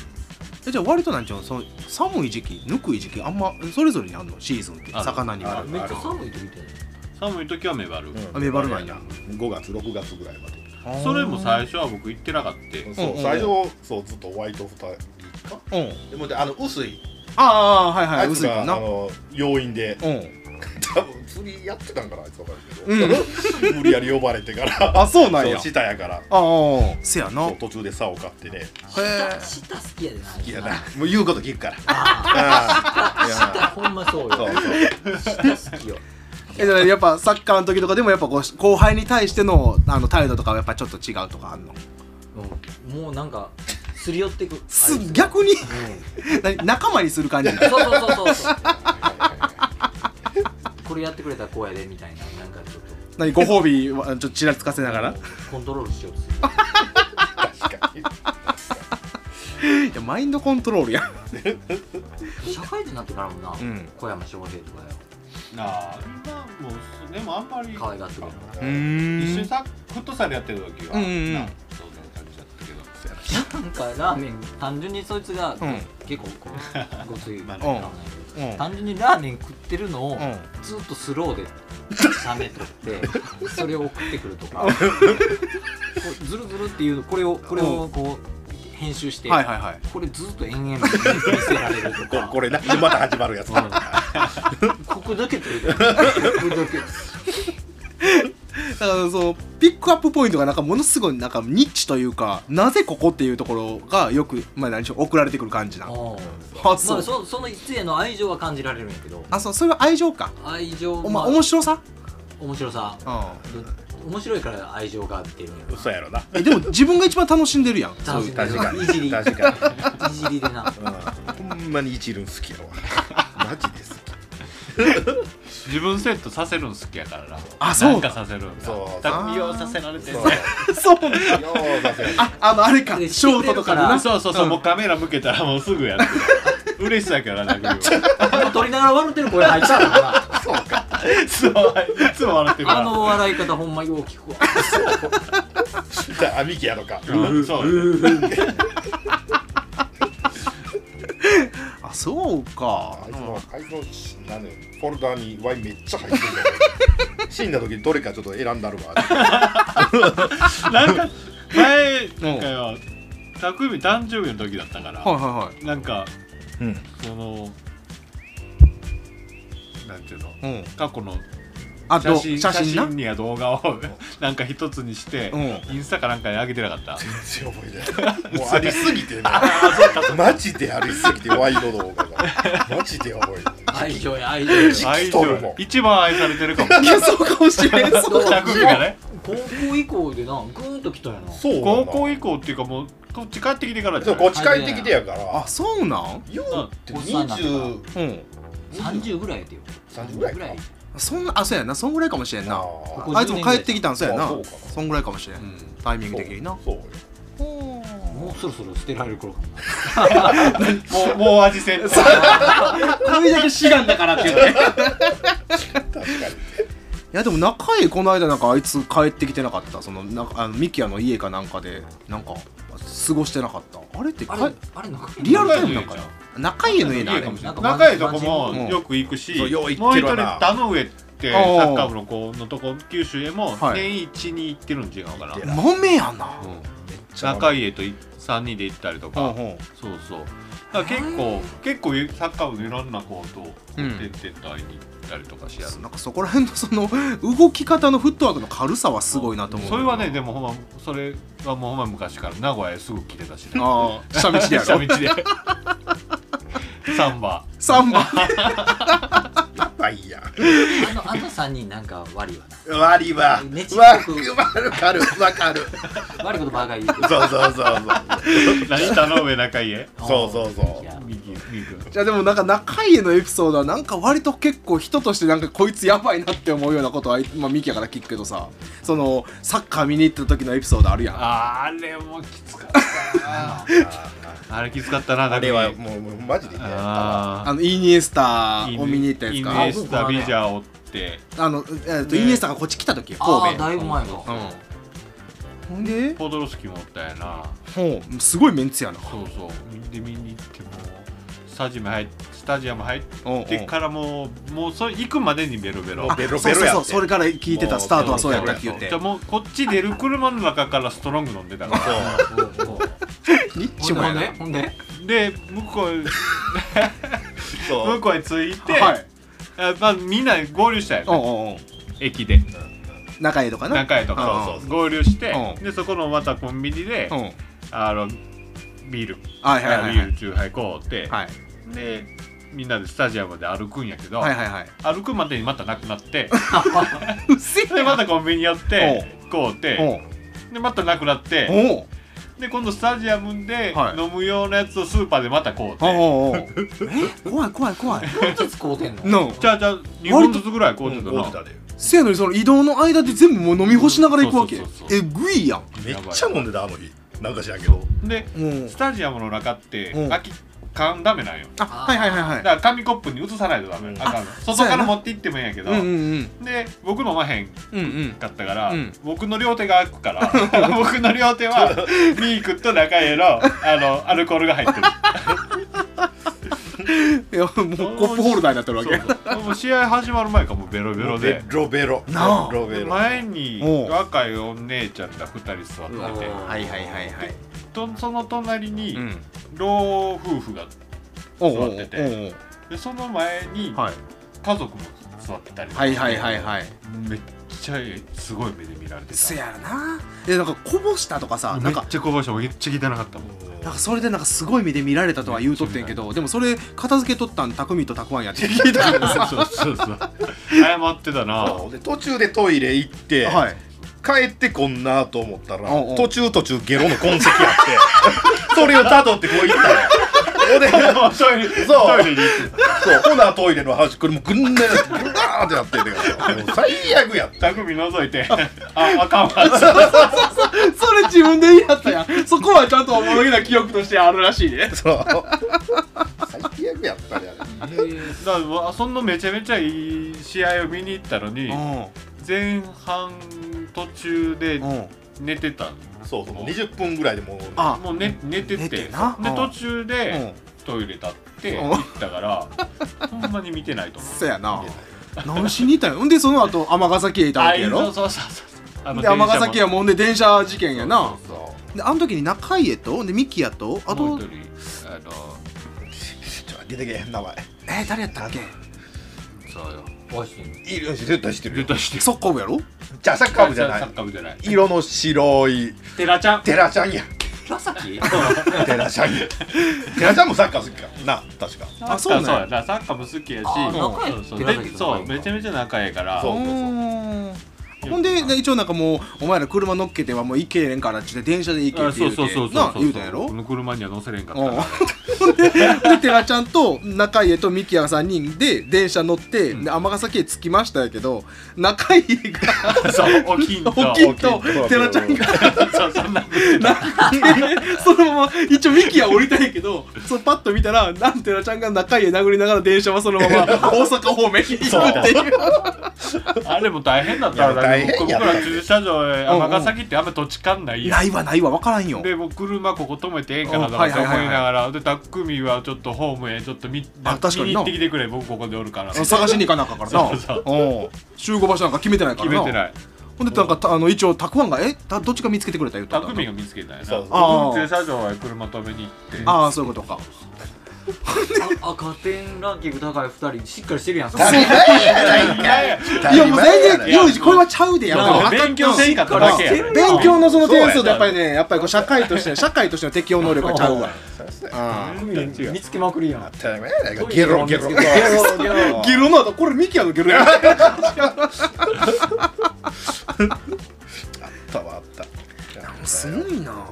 S1: じゃあ割となんちゅうのその寒い時期ぬくい時期あんまそれぞれにあんのシーズンって
S2: ある
S1: 魚に
S4: あ
S1: は
S4: る
S3: めっちゃ寒い時って
S2: 寒い時はメバル
S4: うん
S1: あメバルなんや
S4: 5月6月ぐらいまで
S2: それも最
S1: 初
S2: 初は僕行ってなかった
S4: そう、
S1: うんうん
S4: 最初そうずっとホワイト2人か
S1: うん
S4: でもであの薄い
S1: ああはいは
S4: あ
S1: い
S4: いつ
S1: 薄い
S4: が
S1: も
S4: あ
S1: んな
S4: の要員で
S1: うん
S4: 多分釣りやってたんかなあいつわかるけど、
S1: う
S4: 無理やり呼ばれてから
S1: あそうなんや
S4: そう下やから
S1: ああせやな
S4: そ
S1: へ
S4: う途中で竿買ってね
S1: え
S3: 下好きやでな。
S4: いやなもう言うこと聞くから
S3: あ
S4: あ
S3: あ。
S4: ーい
S3: 下
S4: や
S3: ほんまそう
S4: そう
S3: よ。
S4: そう
S3: 下好きよ。
S1: えだからやっぱサッカーの時とかでもやっぱこう後輩に対してのあの態度とかはやっぱちょっと違うとかあんの
S3: うんもうなんかすり寄ってく。
S1: す
S3: あいつ
S1: 逆に
S3: うん
S1: 何仲間にする感じ
S3: そうそうそうそうそう。これやってくれたらこうやでみたいな、なんかちょっと。
S1: 何ご褒美はちょっとちらつかせながら
S3: コントロールしようとする。
S4: 確かに
S1: いやマインドコントロールや
S3: 社会人になってからもな、
S1: ん
S3: 小山翔平とかよ。
S2: あーまあもうでもあんまり
S3: 可愛がってくれる
S1: う
S2: 一緒に
S1: ん
S2: さフットサルやってる時は
S1: うんうんうん
S2: なそういう感じだったけど
S3: なんかラーメン、単純にそいつが、
S1: ん
S3: 結構こう、ごつい。
S2: まあ
S1: ねうん
S3: 単純にラーメン食ってるの
S1: う
S3: を、
S1: ん
S3: ずっとスローで写メ撮ってそれを送ってくるとかこうズルズルっていうのこれをこれをこう編集して、
S1: はいはいはい
S3: これずっと延々見せられると
S4: こ
S3: か
S4: これなでまた始まるやつ
S3: うんここだけというかここだけ
S1: だからそうピックアップポイントがなんかものすごいなんかニッチというかなぜここっていうところがよく、まあ、何しろ送られてくる感じな
S3: あ
S1: の
S3: ー
S1: あ
S3: ま
S1: そ
S3: あ、
S1: う
S3: そその一への愛情は感じられるんやけど
S1: あそうそれは愛情か
S3: 愛情
S1: お前
S3: まあ
S1: 面白さ
S3: 面白さ
S1: う
S3: 面白いから愛情が出るんやろ
S4: 嘘やろな
S1: えでも自分が一番楽しんでるやん
S3: 楽しんで
S4: 確かに
S3: いじりい
S4: 確かに
S3: じりでな
S4: うんほんまに一輪好きやわマジで好き
S2: 自分セットさせるん好きやからな
S1: あそう
S2: なんかさせるんだ
S4: そう
S2: 匠をさせられ てる
S4: そう
S1: そう
S4: ようさせる
S1: ああのあれか
S3: で
S1: ショートとかでな
S3: あ
S2: そうそうそう、
S1: ん
S2: もうカメラ向けたらもうすぐやって る嬉しさやからな匠
S3: もう撮りながら笑ってる声入っちゃうからな
S2: はそういつも笑ってるから
S3: あの笑い方ほんまよう聞くわ
S4: じゃあミキやろか
S2: うんそう
S1: あそうか
S4: あいつのあいつのなんだよフォルダーにワインめっちゃ入 ってるから死んだ時どれかちょっと選んだるわ
S2: なんか前なんかよ匠誕生日の時だったから、
S1: はいは
S2: なんか
S4: うん
S2: そのなんていうの
S1: いはいうん
S2: 過去の
S1: あ
S2: 写
S1: ど
S2: 真
S1: 写真な
S2: にや動画をなんか一つにして、インスタかなんかに上げてなかった
S4: 全然覚え てないもうありすぎてねマジでありすぎてワイド動画がマジで覚えてない
S3: 愛情や愛情や
S4: じ
S2: 愛
S4: きとるもん
S2: 情一番愛されてるかも
S1: いやそうかもしれんそう
S3: どう
S2: 匠がね
S3: 高校以降でなグーンときたよな
S4: そうな
S2: 高
S4: の
S2: 校以降っていうかもうこっち帰ってきてからじ
S4: そ
S2: ゃ
S4: う
S2: ない
S4: こっち帰ってきてやから
S1: あ
S4: あ
S1: そうなん
S4: 言うて
S3: おっさんになってから
S4: 2030
S1: うん
S3: 30ぐらいやてよ
S4: ぐらいか
S1: そんなあそうやなそんぐらいかもしれんな
S4: あ
S3: ここ
S1: あいつも帰ってきたんそうやな
S4: あそうか
S1: そんぐらいかもしれん、
S2: ん
S1: タイミング的にな
S4: そうよ
S3: もうそろそろ捨てられる頃かもな
S2: もうもう味せん
S1: これだけ志願だからっていうね
S4: 確かに
S1: いやでも中井この間なんかあいつ帰ってきてなかったそのなんかあのミキヤの家かなんかでなんか過ごしてなかったあれって
S3: あ
S1: か
S3: れあれなんか
S1: リアルタイムなんかな中井の家なあ
S2: 家
S1: れ
S2: かもしれ
S3: なんか
S2: ない仲いいとこも
S1: うん
S2: よく行くし、
S4: そうよう行
S2: も
S4: っ
S2: う
S4: て
S2: 一
S4: るわ
S2: 人
S4: な
S2: 田上ってサ
S1: おう
S2: ッカー部の子のとこ九州へも
S1: はい
S2: 年一に行ってるん違うかな、
S4: 行ってる
S1: もめやな
S2: うん
S4: ちゃ
S2: 仲いいと3人で行ったりとか、
S1: うん
S2: そうそうだから結構結構サッカー部のいろんな子と出てって会いに行ったりとかしやる、
S1: なんかそこら辺のその動き方のフットワークの軽さはすごいなと思う
S2: それはねでもほんまそれはもうほんま昔から名古屋へすぐ来てたしね
S1: ああ下道でや
S2: 下
S1: ろ
S2: 道でサンバ
S1: 3番
S4: まあいいや
S3: あのあの3人なんか悪いわな
S4: わりはわ
S3: ねちっこ
S4: わ
S3: く
S4: かるわかる
S3: 悪いことばっかり言うけど
S4: そうそうそう
S2: 何田上中井へ
S4: そうそうそうそう
S3: いや
S2: 右右君
S1: じゃあでもなんか中家のエピソードはなんか割と結構人としてなんかこいつやばいなって思うようなことは、まあ、ミキやから聞くけどさそのサッカー見に行った時のエピソードあるやん
S2: あれもきつかったなあれきつかったな
S4: あれは
S2: 匠
S4: もうもうマジで嫌やったわ
S2: あ
S1: あのイニエスタ
S2: ー
S1: を見に行った
S2: イ
S1: やつ
S2: ニ
S1: か
S2: エスタビジャーを追って
S1: あの、えー、と
S2: ね
S1: イニエスタがこっち来た時よ
S3: あ
S1: 神
S3: あ
S1: 戸
S3: だいぶ前
S2: そう
S3: の
S1: うんほんで
S2: ポドロスキーもおったやな
S1: ほうすごいメンツやな
S2: そうそうで見に行ってもスタジアム入っスタジアム入っ
S1: うんうん
S2: てからもうもうそれ行くまでにベロベロ
S4: ベロ
S1: そ
S4: ベ
S1: うそ
S4: ロ
S1: う
S4: や
S1: そ
S4: っ
S1: う
S4: て
S1: それから聞いてたスタートはそうやったって言っ
S2: じ
S1: て
S2: ゃあもうこっち出る車の中からストロング飲んでたから
S3: うんうん
S1: ニッ
S3: ほ
S1: チ
S3: ん
S1: も
S3: でほ
S1: や
S3: ん
S1: な
S3: でほんで
S2: で向こうへ
S4: そう
S2: 向こうへ着いて、
S1: はい
S2: あまあみんな合流したよ、
S1: お
S2: ね、
S1: うおうおう
S2: 駅で
S1: 中江とかな
S2: 中へと
S1: うん
S2: か合流して
S1: うん
S2: でそこのまたコンビニで
S1: うん
S2: あのビール
S1: はいはいはい
S2: ビ
S1: は
S2: ー
S1: い
S2: ルチューハイこうって、
S1: はい
S2: でみんなでスタジアムで歩くんやけど、
S1: はいはいはい
S2: 歩くまでにまたなくなって
S1: うっせえ
S2: でまたコンビニ寄ってこうって
S1: おう
S2: でまたなくなって
S1: おう
S2: で今度スタジアムで
S1: はい
S2: 飲むようなやつをスーパーでまたこうって、
S1: おうおう
S3: え怖い怖い怖い何つ買うてんの
S1: の
S2: じゃあじゃあ2本ずつぐらいこうってた
S4: うん
S2: な
S4: ゴールドだで
S1: せやのにその移動の間で全部もう飲み干しながら行くわけ
S2: そうそうそうそう
S1: えぐいやん
S4: めっ
S2: やばい
S4: ちゃ飲んでたあの日なんか知らんけど
S2: で
S1: うん
S2: スタジアムの中って
S1: うん
S2: 空き缶ダメなんよ
S1: あはいはいはい
S2: だ
S1: はい
S2: から紙コップに移さないとダメ
S4: うん
S2: あかんの
S1: そう
S2: 外
S1: や
S2: か
S1: な
S2: ら持って行ってもいいんやけど
S1: うんうん
S2: で僕飲まへん
S1: うんうんうん
S2: かったから、
S1: うん
S2: 僕の両手が開くから僕の両手はミークと中へのあのアルコールが入ってる
S1: いやもうコップホルダーになってるわけ
S2: そうもう試合始まる前からもうベロベロで
S4: ベロベロ
S1: なあ
S4: ベロベ
S2: で
S4: ロ
S2: 前に
S1: おう
S2: 若いお姉ちゃんが2人座
S3: うわ
S2: ってて
S1: はいはいはいはい
S2: とその隣に
S1: うん
S2: 老夫婦が
S1: おうおうおう
S2: 座っててでその前に
S1: はい
S2: 家族も座ってたりとか
S1: はいはいはいはい
S2: めっちゃすごい目で見られてた
S1: せやなえなんかこぼしたとかさ
S2: め
S1: なん
S2: っ
S1: か
S2: ちゃこぼしてもめっちゃ汚かったもん
S1: なんかそれでなんかすごい目で見られたとは言うとってんけどでもそれ片付けとったん匠とたくあんやって聞いたけどさ
S2: そうそうそう謝ってたな
S4: そうで途中でトイレ行って、
S1: はい
S4: 帰ってこんなと思ったら
S1: おうおう
S4: 途中途中ゲロの痕跡あって それをたどってこう行ったのよほんで
S2: もうトイレ
S4: そ
S2: ト
S4: う
S2: イレに行って
S4: そうほなトイレの端っこにもうぐんなぐーってなってんだからもう最悪やった
S2: た匠覗い てああかんわ
S1: それ自分で言いやったやんそこはちゃんとおもろげな記憶としてあるらしいね
S4: そう最悪やったねあれ
S2: だからもうそんなめちゃめちゃいい試合を見に行ったのに
S1: う
S2: 前半途中で
S1: んうん
S2: 寝てた
S4: そうそうもう20分ぐらいでもう
S1: あ
S2: もう寝寝てて
S1: 寝て
S2: で
S1: なうん
S2: 途中
S1: うん
S2: でトイレ立って
S1: うん
S2: 行ったからほんまに見てないと思う
S1: そやな何しに行ったん やほんでその後尼崎へいたわけや
S2: あ
S1: ろ
S2: そうそうそうそうあの
S1: で尼崎
S2: 電
S1: やもんで電車事件やな
S4: そう
S1: であの時に中家とでミキヤとあ
S2: 車もも
S1: と
S2: う一人あの
S4: ちょっと出てけへん名前
S1: えー誰やったっけ
S2: そうよ
S3: おいしいの
S4: いるし絶対知ってる
S2: 絶
S4: よ
S2: 対して
S1: サッカー部やろ
S4: じゃあサッカー部じゃな
S2: サ
S4: い
S2: ッカー部じゃない
S4: 色の白い
S2: テラちゃん
S4: 寺ちゃんや
S3: 紫
S4: 寺ちゃんや寺ちゃんもサッカー好きかな確か
S1: あそうなんや
S2: やなサッカーも好きやし
S3: あ仲良い
S2: そうそう
S3: テラさん
S2: でそうめちゃめちゃ仲ええから
S4: そううそう
S1: ーんほんでね一応なんかもうお前ら車乗っけてはもう行けへんからって言って電車で行け
S2: あ
S1: って言
S2: そうう
S1: て
S2: そうそうそう
S1: な
S2: そう
S1: 言うたんやろ
S2: この車には乗せれんかった
S1: うん
S2: から
S1: ほんでで寺ちゃんと中家とミキヤ3人で電車乗ってで尼崎へ着きましたやけど中家が
S2: そう おきんと
S1: 大きいと寺ちゃんが
S2: そうそんなこと言ってた
S1: でそのまま一応ミキヤ降りたいけどそのパッと見たらなんてラちゃんが中家殴りながら電車はそのまま 大阪方面に行くっていう
S2: あれも大変だった
S4: いや大変やった
S2: 僕ら駐車場へ
S1: うんうん
S2: 尼崎ってあんま土地勘ないやん
S1: ないわないわ分からんよ
S2: でもう車ここ止めてええんかなとか
S1: うん
S2: って思い
S1: はいはいはいはい
S2: ながらでタックミはちょっとホームへちょっと見見
S1: あ確かにな
S2: に行ってきてくれ僕ここでおるから決
S1: 探しに行かなあかんからな
S2: そうそう
S1: うん集合場所なんか決めてないからな
S2: めてない
S1: ほんでなんかたあの一応たくあんがえたどっちか見つけてくれた言った
S2: タ
S1: んだ
S2: ックミが見つけたんや
S4: そ
S2: な
S4: う
S1: あー
S2: 駐車場へ車止めに行って
S1: ああそういうことか
S3: あ赤点ランキング高い2人しっかりして るやん
S4: 誰やないか
S1: いやもう全然
S4: いや
S1: 用意これはちゃうでや
S2: そう
S1: な
S2: そう勉強せんかっただけやね
S1: 勉強のその点数でやっぱりねやっぱりこう社会として社会としての適応能力がちゃうわあ
S3: 見つけまくりやん
S4: 当たり前やないかゲロゲ
S3: ゲロ
S4: ロ
S3: ゲロ
S1: ゲロの後これミキヤのゲロや
S4: あったわあった
S1: すごいな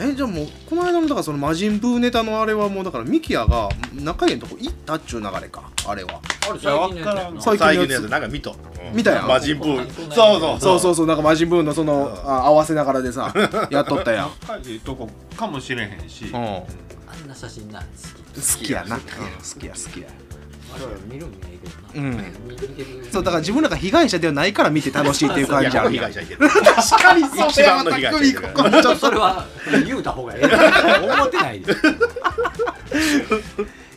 S1: えじゃあもうこの間のだからその魔人ブーネタのあれはもうだからミキヤが中家のとこ行ったっちゅう流れかあれは
S3: あれ最近のやつやんな
S1: そう
S4: 最近の
S1: 最近のや
S4: や
S1: つ
S4: つなんか見と
S1: 見たやん
S4: 魔人ブー
S3: こんな
S4: そうそう
S1: そうそううそうなんか魔人ブーのそのあ合わせながらでさやっとった やん
S2: 高いとこかもしれへんし
S1: うん好
S3: あんな写真ない好
S1: きやなうん好きや好きや
S3: き我々見るん見ないけど
S1: う
S3: な
S1: ん
S3: 見てる
S1: そうだから自分らが被害者ではないから見て楽しいっていう感じある
S4: 被
S1: やん
S4: 害者いてる
S1: 確かにそう
S4: 一番の被害者
S1: 匠ここもちょっ
S3: そ
S1: と
S3: れは言うた方がえ えな思ってないで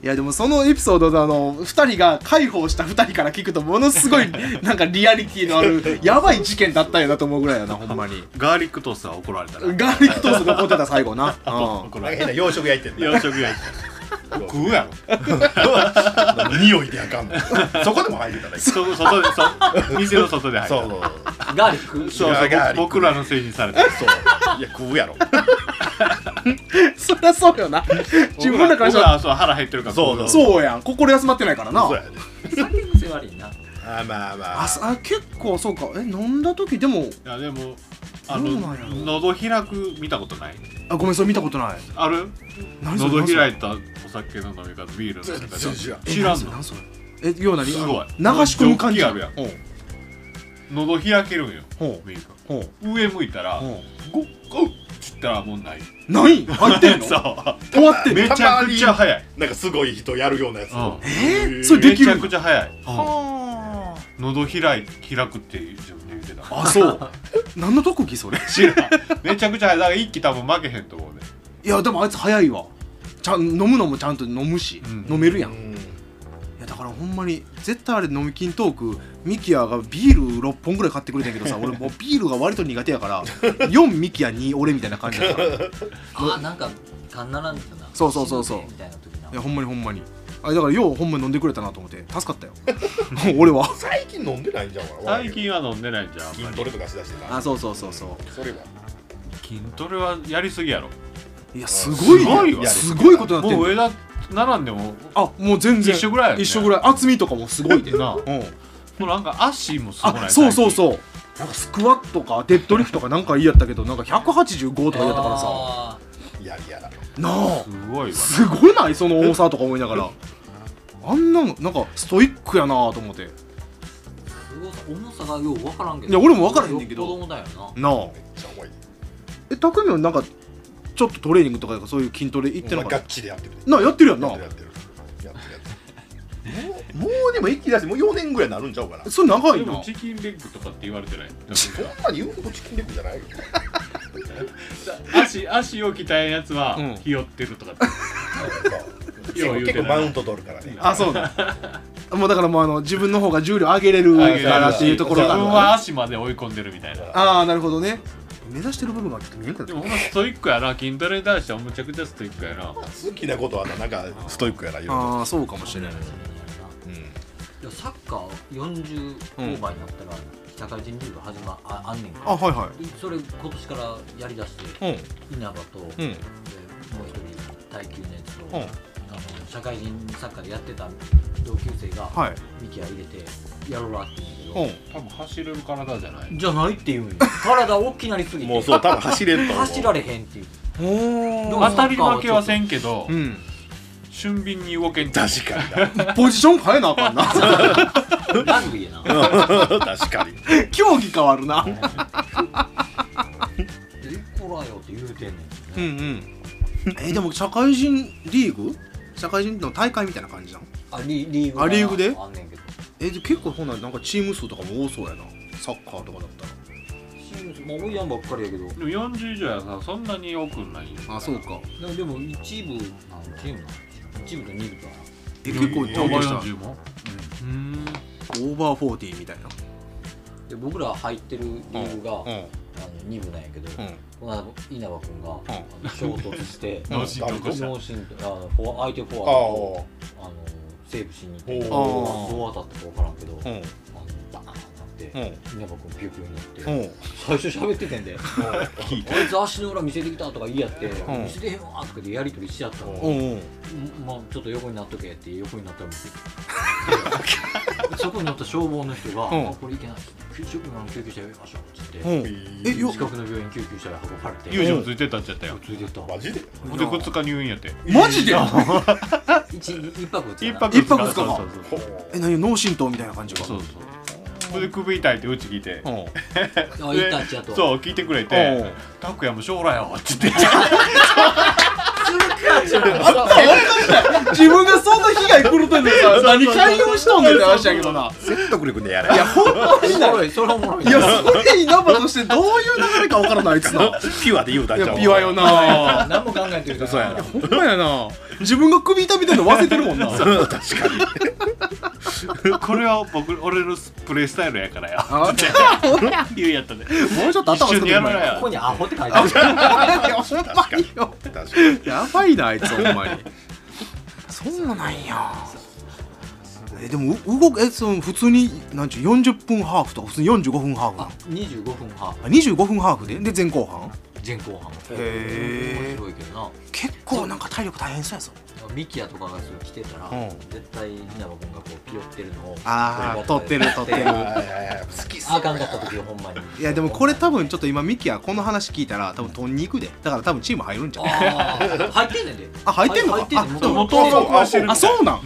S1: いやでもそのエピソードのあの2人が解放した2人から聞くとものす ごいなんかリアリティのあるやばい事件だったよなと思うぐらいやなほんまに
S2: ガーリックトーストは怒られたな
S1: ガーリックトースト残ってた最後な、うん
S2: 怒
S4: な
S2: られ
S4: んか 変な洋食焼いてる
S2: た洋食屋行っ食うやろ
S4: 匂いであかんのそこでも入れたらいい
S2: そ外でそ店の外で入った
S4: そうそう
S3: ガーリック
S2: そうそう
S4: いや
S2: 僕僕らのせいにされた
S4: そういや食うやろ
S1: そりゃそうよな自分らからし
S2: 僕
S1: た
S2: ら
S1: ら
S2: はそう腹減ってるから
S4: そうそう
S1: そうやん心休まってないからな
S4: そうやで
S3: 酒癖悪いな
S4: あまあまあ
S1: ああ結構そうかえ飲んだ時でも
S2: いやでもあ
S1: どうなんやろ
S2: の喉開く見たことない
S1: あごめんそれ見たことない
S2: ある
S1: 何それ
S2: 喉
S1: 何それ
S2: 開いたお酒の飲み方ビールの飲み方
S4: 知らん
S1: え
S2: 知らん
S1: 何
S2: の
S1: それ何それえようなに
S2: すごい
S1: 流し込む感じ
S2: ジョッキある
S1: ほう
S2: 喉開けるんよ
S1: ほう
S2: ビールが
S1: ほう
S2: 上向いたら
S1: ほ
S2: ゴッゴッつったらもうない
S1: うない入ってんの
S2: そ
S1: 終わって
S2: うん
S1: の
S2: めちゃくちゃ早い
S4: なんかすごい人やるようなやつ
S2: うん
S1: えー
S4: へ
S1: それで
S2: め
S1: き
S2: ち
S1: る
S2: ゃくちゃ早いうん
S1: は
S2: 喉開い開くって自分で言ってた
S1: ああそう何の特技それ
S2: 知らんめちゃくちゃ早いだから一気多分負けへんと思うね
S1: いやでもあいつ早いわちゃん飲むのもちゃんと飲むし、
S2: うん
S1: 飲めるやん、い
S4: ん
S1: やだからほんまに絶対あれ飲み金トークミキヤがビール6本ぐらい買ってくれたんやけ どさ俺もうビールが割と苦手やから4ミキヤ2俺みたいな感じだからい
S3: あなんかかんならんとな
S1: そうそうそうそう
S3: みたいな時な
S1: やほんまにほんまにあれだからようほんまに飲んでくれたなと思って助かったよ 俺は
S4: 最近飲んでないんじゃんわ
S2: 最近は飲んでないんじゃんあん
S4: 筋
S2: ま
S4: ト
S2: り
S4: レとかしだしてな
S1: あそうそうそうそ
S4: それは
S2: 筋トレはやりすぎやろ
S1: ういやすごい
S2: すごい
S1: よ
S2: わ
S1: すごいことになって
S2: もう
S1: る
S2: 上田並んでも
S1: あもう全然
S2: 一緒ぐらいやね
S1: 一緒ぐらい厚みとかもすごいで
S2: なあ
S1: うん
S2: もうなんか足もすごな
S1: あ
S2: い
S1: そうそう
S2: う
S1: そうなんかスクワットかデッドリフトかなんかいいやったけどなんか185とかいいやったからさ
S3: あ
S4: やりやら
S1: なあ
S2: すごいわ
S1: すごいないその重さとか思いながらあんなのなんかストイックやなと思って
S3: ーすごさ重さがよう分からんけど
S1: いや俺も分からへんねんけど
S3: よっぽ重だよな
S1: なあ
S4: めっちゃ重い
S1: え匠はなんかちょっとトレーニングとかそういう筋トレ行って
S4: お
S1: な
S4: 前
S1: か
S4: ガ
S1: っ
S4: ッチでやってる
S1: たなあやってるやんな
S4: やってるやってるやってるやってるもうもうでも一気に出してもう4年ぐらいになるんちゃうかな
S1: それ長
S2: で
S1: い
S2: も
S1: な
S2: チキンレッグとかって言われてない
S4: そんなに言うほどチキンレッグじ ゃないよ
S2: 足足を鍛えんやつは
S1: うん
S2: ひよってるとかって
S4: 結構結構マウント取るからね
S1: あそうだもうだからもうあの自分の方が重量上げれる
S2: あげれる
S1: からっていうところ
S2: 自分
S1: が
S2: は足まで追い込んでるみたいな
S1: ああなるほどね目指してる部分がちょっと見えんくなっ
S2: で
S1: た
S2: もほんまストイックやな筋トレに対してはむちゃくちゃストイックやな
S4: 好きなことはななんかストイックやな言う
S1: ああそうかもしれない
S3: いやサッカー40オーバーになったら社会人リーグ始まああんねんけど
S1: あはいはい
S3: それ今年からやりだして
S1: う
S3: 稲葉と、
S1: んう
S3: で
S1: ん
S3: もう一人耐久のやつと、
S1: うん
S3: あの社会人サッカーでやってた同級生が、
S1: はい
S3: ミキア入れてやろうなって言う
S1: う
S3: んだ
S1: ん
S2: 多分走れる体じゃない
S3: けどじゃないって言うんよ体大きなりすぎて
S4: もうそう多分走れんと思う
S3: 走られへんっていう
S1: お
S2: 当
S1: ー
S2: たり負けはせんけど
S1: うん
S2: 俊敏に動けん
S4: 確かに
S1: ポジション変えなあかんな
S3: ラグビーやな
S4: な 確かに
S1: 競技変わるな
S3: でいくらよって言うてんねんけど
S1: うん
S3: ね、
S1: うんえでも社会人リーグ社会人の大会みたいな感じじゃん
S3: あリリーグが
S1: あリーグで
S3: あんねんけど
S1: えで結構ほんならなんかチーム数とかも多そうやなサッカーとかだったら
S3: シーズンまあ多いやんばっかりやけど
S2: でも40以上やさそんなに多くないよ
S1: あそうか
S3: でもでも一部あのチームなんですよ一部と二部とは
S1: え結構
S2: オ
S1: 大
S2: ーバー
S1: したオ
S2: 40もうん
S1: ーバーフォーティーみたいな
S3: で僕ら入ってるリーグが、
S1: うん
S3: あの二部なんやけど、
S1: うん
S3: この間稲葉君が、あの衝突 して
S2: 脳震盪した
S3: 脳震盪あのフォア相手フォ
S4: あ
S3: ア
S4: あ
S3: をあのセーブしに行ってどう
S1: おー
S3: 当たったか分からんけど、
S1: う
S3: あ
S1: ん
S3: のバーンって
S1: う
S3: なって、
S1: ん
S3: 稲葉君ピュピュになって、
S1: うん
S3: 最初喋っててんで「あいつ足の裏見せてきた」とか言いやって「
S1: ん
S3: 見せてへんわ」とかでやり取りしちゃったの、
S1: うんうん
S3: まあ、ちょっと横になっとけって横になったらもうそこに乗った消防の人が「
S1: うん
S3: あこれいけないです職員の救急車呼びましょう」っつって、
S1: うんえよ
S3: 近くの病院救急車で運ばれて
S2: 友情ついてったっちゃったよ
S3: ついてった
S4: マジで
S2: ほんで2日入院やって
S1: マジで
S3: 一一泊二日
S2: 一
S3: な
S2: 泊二日
S1: 一泊二日か
S2: そうそう
S4: ほ
S2: そうう
S1: え何脳震盪みたいな感じ
S2: そ
S1: が
S2: うそうそれで首痛いってうち聞いて
S1: うんうん
S3: あ
S2: で
S3: いたっちゃと
S2: そう聞いてくれて「拓哉も将来よ」って言って
S1: 自分がそんな被害来るとんねんから何対応しとんねんって話やけどな
S4: 説得力でやれ
S1: いやほんま
S3: お
S1: に
S3: も
S1: ない
S3: ろいそれおもろい
S1: いや、それ稲葉としてどういう流れか分からない、あいつな。
S4: ピュアで言うた
S1: い
S4: んちゃ
S1: や、
S4: う
S1: ピュアよな。
S3: 何も考えてるから
S4: そうやな
S1: ほんまやな。自分が首痛めてんの忘れてるもん な。
S4: 確かに
S2: 「これは僕俺のプレイスタイルやからよ」
S1: あ
S2: って 言うやったで
S1: もうちょっと頭
S2: 一緒
S1: 使っ
S2: に
S1: て
S2: や
S1: も
S2: めろ
S1: らえ
S2: よ
S3: ここにアホって書い てある
S1: いや、ほんまによ。
S4: 確かに
S1: やばいな、あいつ、ほんまに。そうなんやえでもう動くえその普通になんちゅう40分ハーフとか普通に45分ハーフな
S3: あ
S1: の
S3: 25分半
S1: あ25分ハーフでで前後半
S3: 前後半
S1: へー
S3: 面白いけどな
S1: 結構なんか体力大変そうやぞ
S3: ミキヤとかがそう来てたら、
S1: うん
S3: 絶対稲葉君がこうピヨってるのを
S1: あー
S3: 撮って
S1: 撮ってる撮ってる
S4: 好きっす
S3: あかんかった時はほんまに
S1: いやでもこれ多分ちょっと今ミキヤこの話聞いたら多分とんに行くでだから多分チーム入るんじゃう
S3: あー入ってんねんで
S1: あ入ってんのか
S3: 入ってんねん
S1: あ
S3: 元々
S2: 元々はしてるみた
S1: あ
S2: い
S1: そうなんあメ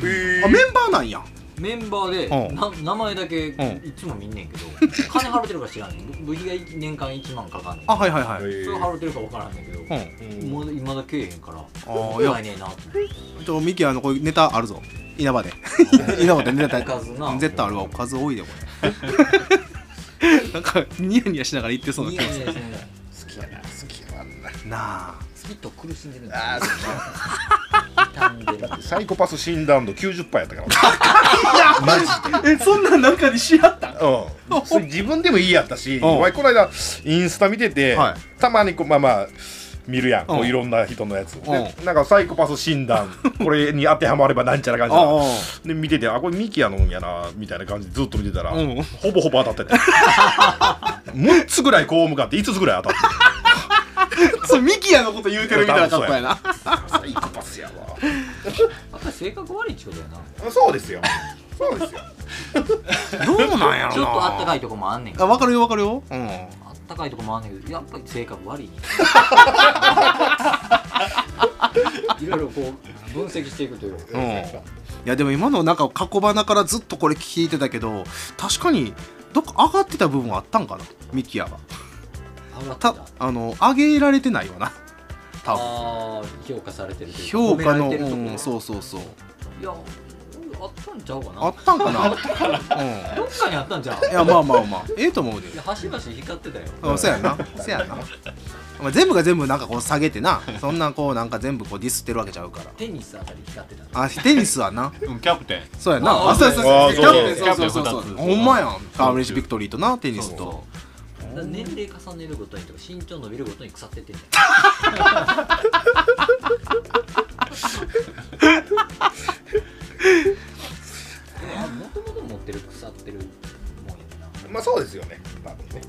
S1: ンバーなんや
S3: メンバ
S1: う
S3: ー
S1: ん
S3: でな名前だけ
S1: うん
S3: いつも見んねんけど金払ってるか知らんねん 部部費が一年間1万かかんねん
S1: あはいはいはい、
S3: それ払ってるか分からんねんけど
S1: うん
S3: まだ今だけえへんから
S1: あーいや
S3: やないねんなと思って
S1: ちょミキヤのこういうネタあるぞ稲 葉で稲葉でネタ
S3: おかずな
S1: 絶対あるわおかず多いでこれ なんかニヤニヤしながら言ってそうない気が
S3: いね
S1: す
S3: ですね
S4: 好きやな好きやな
S1: るなあ
S3: 好きと苦しんでるんだ
S4: あ
S3: よ
S4: ー
S3: 傷んでる
S4: サイコパス診断度90%やったからマジ
S1: えそんなん中にし合った
S4: で、うん、それ自分でもいいやったし、
S1: ん
S4: お前この間インスタ見てて、
S1: はい
S4: たまにこうまあまあ見るやん、こ
S1: う
S4: うんいろんな人のやつ、でなんかサイコパス診断これに当てはまればなんちゃら感じ
S1: あ
S4: だ
S1: あ
S4: で見ててあこれミキヤのんやなみたいな感じでずっと見てたら、
S1: うん
S4: ほぼほぼ当たってた6つぐらいこう向かって5つぐらい当たって
S1: そうミキヤのこと言うてるみたいな格好やな
S4: たサイコパスやわ
S3: やっぱり性格悪いっちゅうことやな
S4: そうですよそうですよ
S1: どうなんやろな
S3: ちょっとあったか
S1: い
S3: いとこもあんねんけ
S1: あ
S3: ど
S1: 分かるよ分かるようん
S3: あったかいとこもあんねんけどやっぱり性格悪いね いろいろこう分析していくという
S1: うん、いやでも今のなんか過去花からずっとこれ聞いてたけど確かにどっか上がってた部分はあったんかなミキヤが
S3: 上がって
S1: た
S3: た
S1: あの上げられてないわな多分
S3: あー評価されてるというか
S1: 評価の、
S3: 褒められてるとこ
S1: うん、そうそうそう
S3: いやあったんちゃうか
S1: あ
S3: な
S1: ったんかな
S3: どっかにあったんじゃん
S1: うんいやまあまあまあええと思うで
S3: 端々光ってたよ
S1: うんそうやなそうやなまあ全部が全部なんかこう下げてなそんなこうなんか全部こうディスってるわけちゃうから
S3: テニスあたり光ってた
S1: あテニスはな
S2: うんキャプテン
S1: そうやな
S3: あ
S1: あそうやそう
S4: あ
S1: や
S4: ー
S1: キャプテン
S2: そ
S1: そ
S2: うや
S1: うそうそうそう
S2: キャプテン二つ
S1: ほんまやんアーレジビクトリーとなテニスと
S3: そうだから年齢重ねるごとにとか身長伸びるごとに腐ってってん だよもともと持ってる腐ってるもんやんな
S4: まあそうですよね多分ね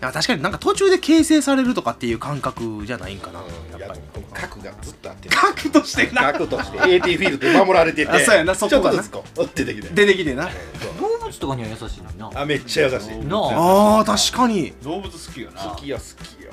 S1: いや確かになんか途中で形成されるとかっていう感覚じゃないんかな、
S4: うん、
S1: やっぱり
S4: 角がずっとあって
S1: 核としてな
S4: 角として AT フィールドで守られてて
S1: あそうやなそこがな
S4: ちょっとずつこう出てきて
S1: 出てきてな
S3: 動物とかには優しいのにな
S4: あめっちゃ優しい
S3: なあ
S1: あー確かに
S2: 動物好きよな
S4: 好きよ好きよ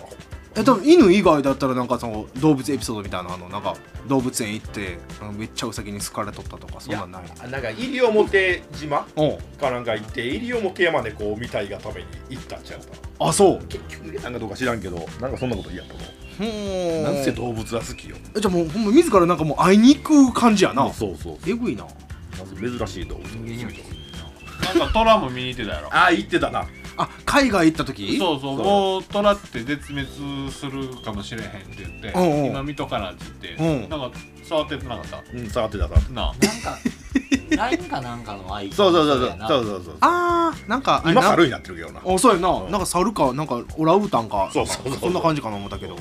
S1: え多分犬以外だったらなんかその動物エピソードみたいなあのなんか動物園行ってあのめっちゃウサギに好かれとったとかそんなんない
S4: あなんか西表島
S1: おうん
S4: かなんか行って西表山でこう見たいがために行ったんちゃうか
S1: あそう
S4: 結局なんかどうか知らんけどなんかそんなこと言いやったの
S1: ふーん
S4: なんせ
S1: えじ
S4: 動物は好きよ
S1: ゃあもうほんま自らなんかもう会いに行く感じやな
S4: そうそう
S1: えぐいな
S4: なんせ珍しい動物
S3: 人間には優しい
S2: なんか虎も見に行ってたやろ
S4: ああ行ってたな
S1: あ海外行った時
S2: そうそう
S4: そう
S2: もう虎って絶滅するかもしれへんって言って、
S1: うんうん
S2: 今見とかなって言って、
S1: うん
S2: なんか触ってなかった
S4: うん触ってた触って
S2: なあ
S3: なんか LINE かなんかのアイ
S4: た
S3: コン
S4: そうそうそう
S3: みたいな
S4: そうそうそうそう
S1: あーなんかあれ
S4: 今
S1: な
S4: 猿になってるけどな
S1: あそうやな、
S4: うん
S1: なんか猿かなんかオランウータンか
S4: そうそうそう
S1: なんかんな感じかな思ったけど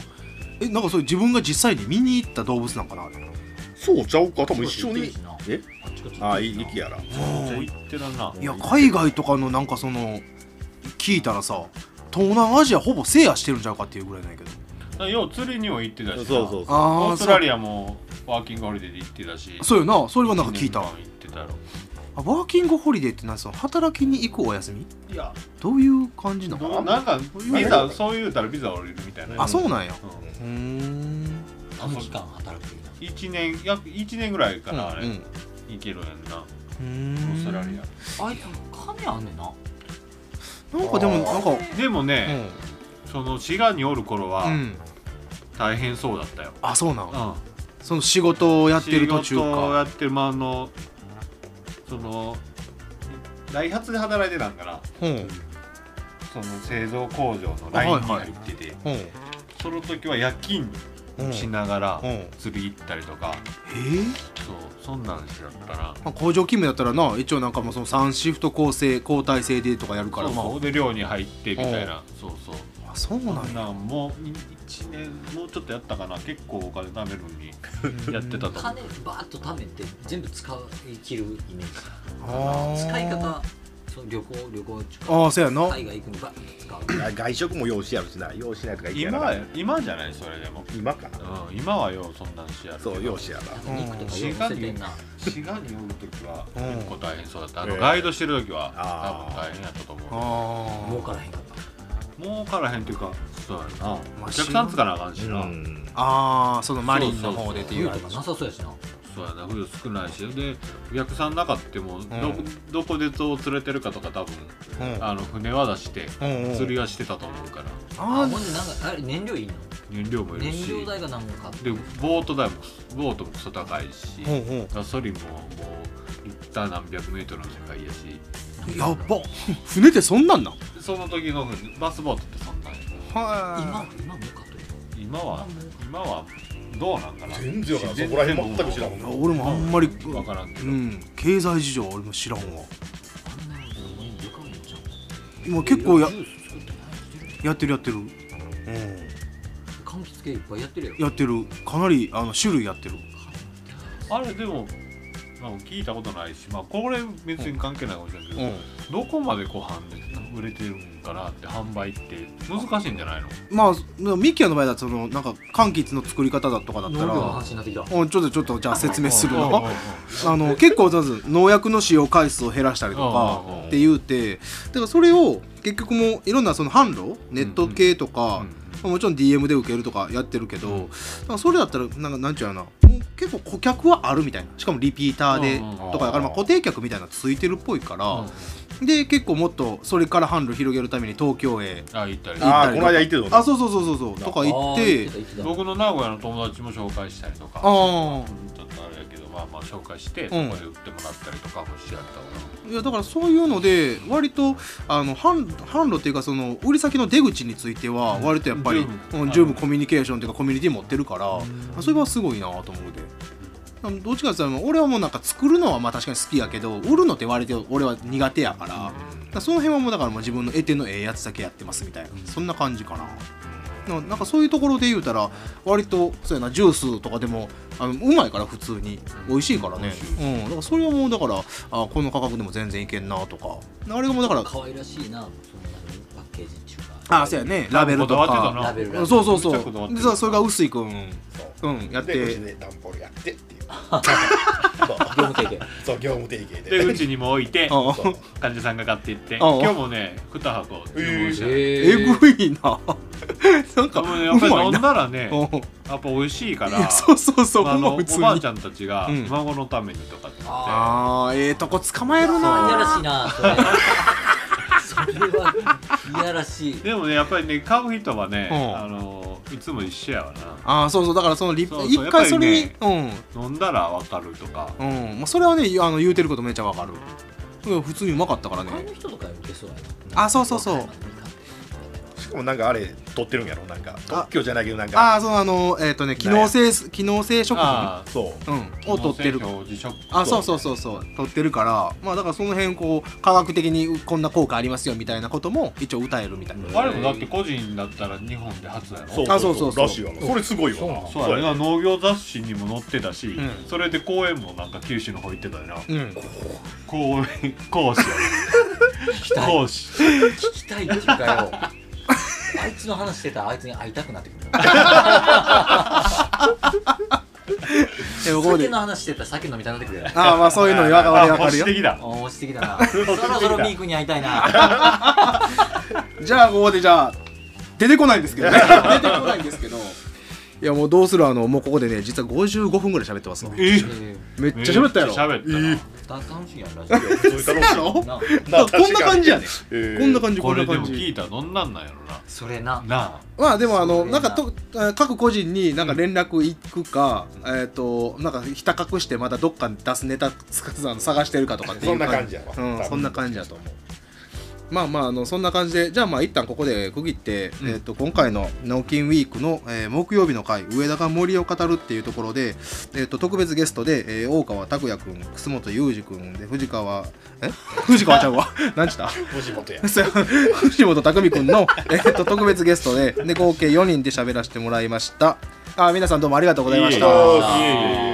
S1: えなんかそれ自分が実際に見に行った動物なんかなあれ
S4: そうちゃうか多分一緒に
S3: そう
S4: え
S3: あっちこっち
S4: ああいいきやら
S2: めっちゃ行ってるない
S1: や海外とかのなんかその聞いたらさ東南アジアほぼ制覇してるんちゃうかっていうぐらいなんやけど
S2: だからよう釣りにも行ってたし
S4: そう
S2: な
S4: そうそう
S1: あ
S2: オ
S1: あ
S2: ーストラリアもワーキングホリデーで行ってたし
S1: そうよなそれはなんか聞いた
S2: 一
S1: あ
S2: 年間行ってたやろ
S1: ワーキングホリデーって何その働きに行くお休み
S2: いや
S1: どういう感じなの
S2: どうなんかビザそう言うたらビザ降りるみたいな
S1: あそうなんや
S2: う、
S1: うーん
S3: 短期間働くみたいなん
S2: 1年約一年ぐらいかな、あれ
S1: うん
S2: 行けるんやんなオ
S1: うん
S2: ーストラリ
S3: あいつ金あんねんな
S1: アなんかでもなんか
S2: アでもね、
S1: う
S2: その滋賀におる頃は
S1: ん、うん、
S2: 大変そうだったよ、
S1: あそうなん
S2: うん
S1: その仕事をやってる途中
S2: 仕事をや
S1: か
S2: ってるまああのそのダイハツで働いてたんかな
S1: うん
S2: その製造工場のラインに入ってて、
S1: うん
S2: その時は夜勤
S1: うん
S2: しながら
S1: うん
S2: 釣り行ったりとか、
S1: えー
S2: そうそんなんしだったら
S1: まあ、工場勤務だったらな一応なんかもうその3シフト構成交代制でとかやるから
S2: そう
S1: まあ
S2: そうで寮に入ってみたいな、そうそう
S1: あそうな
S2: そ
S1: ん
S2: ん
S1: だ
S2: なんもう1年もうちょっとやったかな結構お金貯めるの に やってたと思う
S3: 金バーッと貯めて全部使い切るイメージ
S1: あー
S3: 使い方その旅行旅行中
S1: ああそうやんな
S3: 海外行くのバッと使う
S4: あ外食も用意してやるしな用意しないとか言ってや
S2: 今
S4: ら
S2: は
S4: な
S2: 今じゃないそれでも、
S4: 今か
S2: うん、今はようそんなんしやる
S4: そう用意してやらな
S3: 肉とか
S2: 滋
S3: よく乗
S2: 賀
S3: せ
S2: に
S3: てんな
S2: 滋賀におる時は
S1: うん
S2: 結構大変そうだったあの
S4: ええ
S2: ガイドしてる時は多
S4: あー
S2: 分大変やったと思
S1: あ
S3: 儲
S1: ー
S3: からへんかっ
S2: う
S3: た
S2: 儲からへんっていうかそうやな
S1: まあ
S2: お客さんつかなあかんしな、
S4: うん
S1: あーそのマリンの方でってい
S3: 冬
S1: う
S3: とかなさそうやしな
S2: そうやな冬少ないしでお客さんなかってもど,、どこで象を連れてるかとか多分
S1: うん
S2: あの船は出して
S1: うんうん
S2: 釣りはしてたと思うから
S3: あ
S1: あ
S3: ほ
S1: ー
S3: んでなんかあれ燃料いいの
S2: 燃料もいる
S3: 燃
S2: し
S3: 料代が何個か
S2: でボート代もボートもクソ高いし、
S1: ほうほう
S2: ガソリンももう一旦何百メートルの世界やし
S1: やっば船ってそんなんなん
S2: その時のバスボートってそんなんや
S1: は
S3: 今今儲かってる
S2: 今は今はどうなんかな
S4: 全然わからんそこら辺全く知らん
S1: い
S4: もん
S1: 俺もあんまり
S2: 分からんけ
S1: う
S2: ど、
S1: ん経済事情俺も知らんわ
S3: あんなので俺に旅館行っちゃう
S1: 今結構や
S3: ジュース作って何してる
S1: やってるやってるうん
S3: 柑橘系いっぱいやってるやん
S1: やってるかなりあの種類やってる
S2: あれでもなんか聞いたことないしまあこれ別に関係ないかもしれないけど、どこまでご飯で売れてるんかなって販売って難しいんじゃないの
S1: まあでもミキヤの場合だとそのなんか柑橘の作り方だとかだっ
S3: 農
S1: た
S3: 業の
S1: ら
S3: 話になってきた
S1: うんちょっとちょっとじゃあ説明する
S2: うん
S1: な
S2: うんうん
S1: あの結構まず農薬の使用回数を減らしたりとか
S2: うんうんうん
S1: って言うてだからそれを結局もういろんなその販路ネット系とか、
S2: うん
S1: まあもちろん DM で受けるとかやってるけど、
S2: う
S1: だ
S2: ん
S1: からそれだったらなんかなんちゅうのかなもう結構顧客はあるみたいなしかもリピーターで
S2: うんうんうん
S1: とかだからまあ固定客みたいなのついてるっぽいか
S2: うん
S1: ら、で結構もっとそれから販路広げるために東京へ
S2: あ行ったり
S4: ああこの間行ってる
S1: あ
S4: の
S1: そうそうそうそうそうとか行って
S3: あー言ってた言って
S2: 僕の名古屋の友達も紹介したりとか
S1: あ
S2: ちょっとあれやけどまあまあ紹介して、
S1: うん
S2: そこで売ってもらったりとかもしてやったか
S1: あいやだからそういうので割とあの販販路っていうかその売り先の出口については割とやっぱり、
S2: 十分
S1: うん十分コミュニケーションというかコミュニティ持ってるから、それはすごいなと思うで。どっちかって言ったら俺はもうなんか作るのはまあ確かに好きやけど売るのって割と俺は苦手やから,、その辺はもうだからもう自分の得手のええやつだけやってますみたいな、そんな感じかな。ななんかそういうところで言うたら割とそうやなジュースとかでもあのうまいから普通に美味しいからね、うん、だからそれはもうだからあこの価格でも全然いけんなとかあれがもうだか
S3: た
S1: ら
S3: 可愛らしいなそのパッケージっていうか
S1: あそうやねラベルと
S2: こだわって
S1: か
S2: たな
S3: ラベルラベ
S1: うん
S3: ル
S1: そうそうそ
S2: めっちゃこだわ
S1: う
S2: って
S1: で
S2: る
S1: さそれが臼井君
S4: そう
S1: うんやっ
S4: でうち
S1: て
S4: で段ボールやって っていう
S3: 業務提携
S4: そうそう業務提携
S2: らで
S4: で
S2: うちにも置いて
S1: あ
S4: そう
S2: 患者さんが買っていって
S1: ああ
S2: 今日もね2箱注文した、
S1: えぐいな なんか
S2: で
S1: う
S2: もねやっぱり
S1: まい
S2: 飲ん
S1: な
S2: だらね
S1: うん
S2: やっぱ美味しいか
S1: い
S2: ら
S1: やそうそうそう
S2: まああ
S1: ほんま
S2: のお
S1: 普通に
S2: ばあちゃんたちが
S1: うん
S2: 孫のためにとかって言って、
S3: あ
S1: あーええとこ捕まえる
S3: いや
S1: な
S3: らしいなそれそれはいやらしい
S2: でもねやっぱりね買う人はね、
S1: うん
S2: あのいつも一緒やわ
S1: あーそうそうだからそのリ
S2: そうそう
S1: 一回それに
S2: やっ
S1: うん
S2: な飲んだら分かるとか
S1: うん、まあ、それはねあの言うてることめっちゃわかるいや普通にうまかったからね
S3: 他の人とか受けそうやな
S1: あそうそうそう
S4: しかもなんかあれ撮ってるんやろなんか特許じゃないけどなん
S1: あ
S4: か
S1: あそのあのえっ、とね機能性機能性食品、
S2: あ
S4: そう
S1: うん、
S2: あ
S1: を取ってる
S2: 表示ショック
S1: あそうそうそうそう取ってるからまあだからその辺こう科学的にこんな効果ありますよみたいなことも一応歌えるみたいな、
S2: あれもだって個人だったら日本で初やろ
S4: そう
S1: あそうそうそう
S4: らしいわなそれすごいわな
S2: そうやね
S4: やね
S2: 農業雑誌にも載ってたし、
S1: うん
S2: それで公園もなんか九州の方行ってたよな
S1: うん、
S2: 公園講師や
S3: たい
S2: 講師
S3: 聞きたいっていうかよ あいつの話してたらあいつに会いたくなってくる
S1: でここ
S3: 酒
S1: で
S3: の話してたら酒飲みたくなってくるやん
S1: ああまあそういうのわかるわかるよ
S2: あ保守的だ
S3: おーしてきたなそろそろミー君に会いたいな
S1: じゃあここでじゃあ出てこないんですけど ね出てこないんですけどいやもうどうするあのもうここでね実は55分ぐらい喋ってますわめっ
S2: え
S3: え
S1: ちゃ喋ったやろ
S2: めちゃ喋ったな
S3: ーた楽しいやんラジオ
S4: それ楽しいわ
S3: な
S1: だからこんな感じやね、
S4: えー
S1: こんな感じこ
S2: こ
S1: んな
S2: れで
S1: 感
S2: も聞
S1: じ
S2: いたらどんなんなんやろ
S3: それな
S2: ななあ
S1: まあでもあの
S3: そう
S1: な
S3: や
S1: んか
S3: な
S1: と各個人になんか連絡いくか、えっ、となんかひた隠してまたどっかに出すネタつかあの探してるかとかっていう
S4: そんな感じやわ
S1: うん、
S4: 多分
S1: そんな感じやと思うまあまああのそんな感じでじゃあまあ一旦ここで区切って、
S2: うん
S1: えっと今回の「脳筋ウィークの」えー木曜日の回「上田が森を語る」っていうところで、えっと特別ゲストで、えー大川拓也君楠本裕二君で藤川え 藤川ちゃうわ何ちた
S4: 藤本や
S1: そう藤本匠君の、えっと特別ゲストでで合計4人で喋らせてもらいましたあ皆さんどうもありがとうございました。
S2: いえいえ
S4: いえいえいえ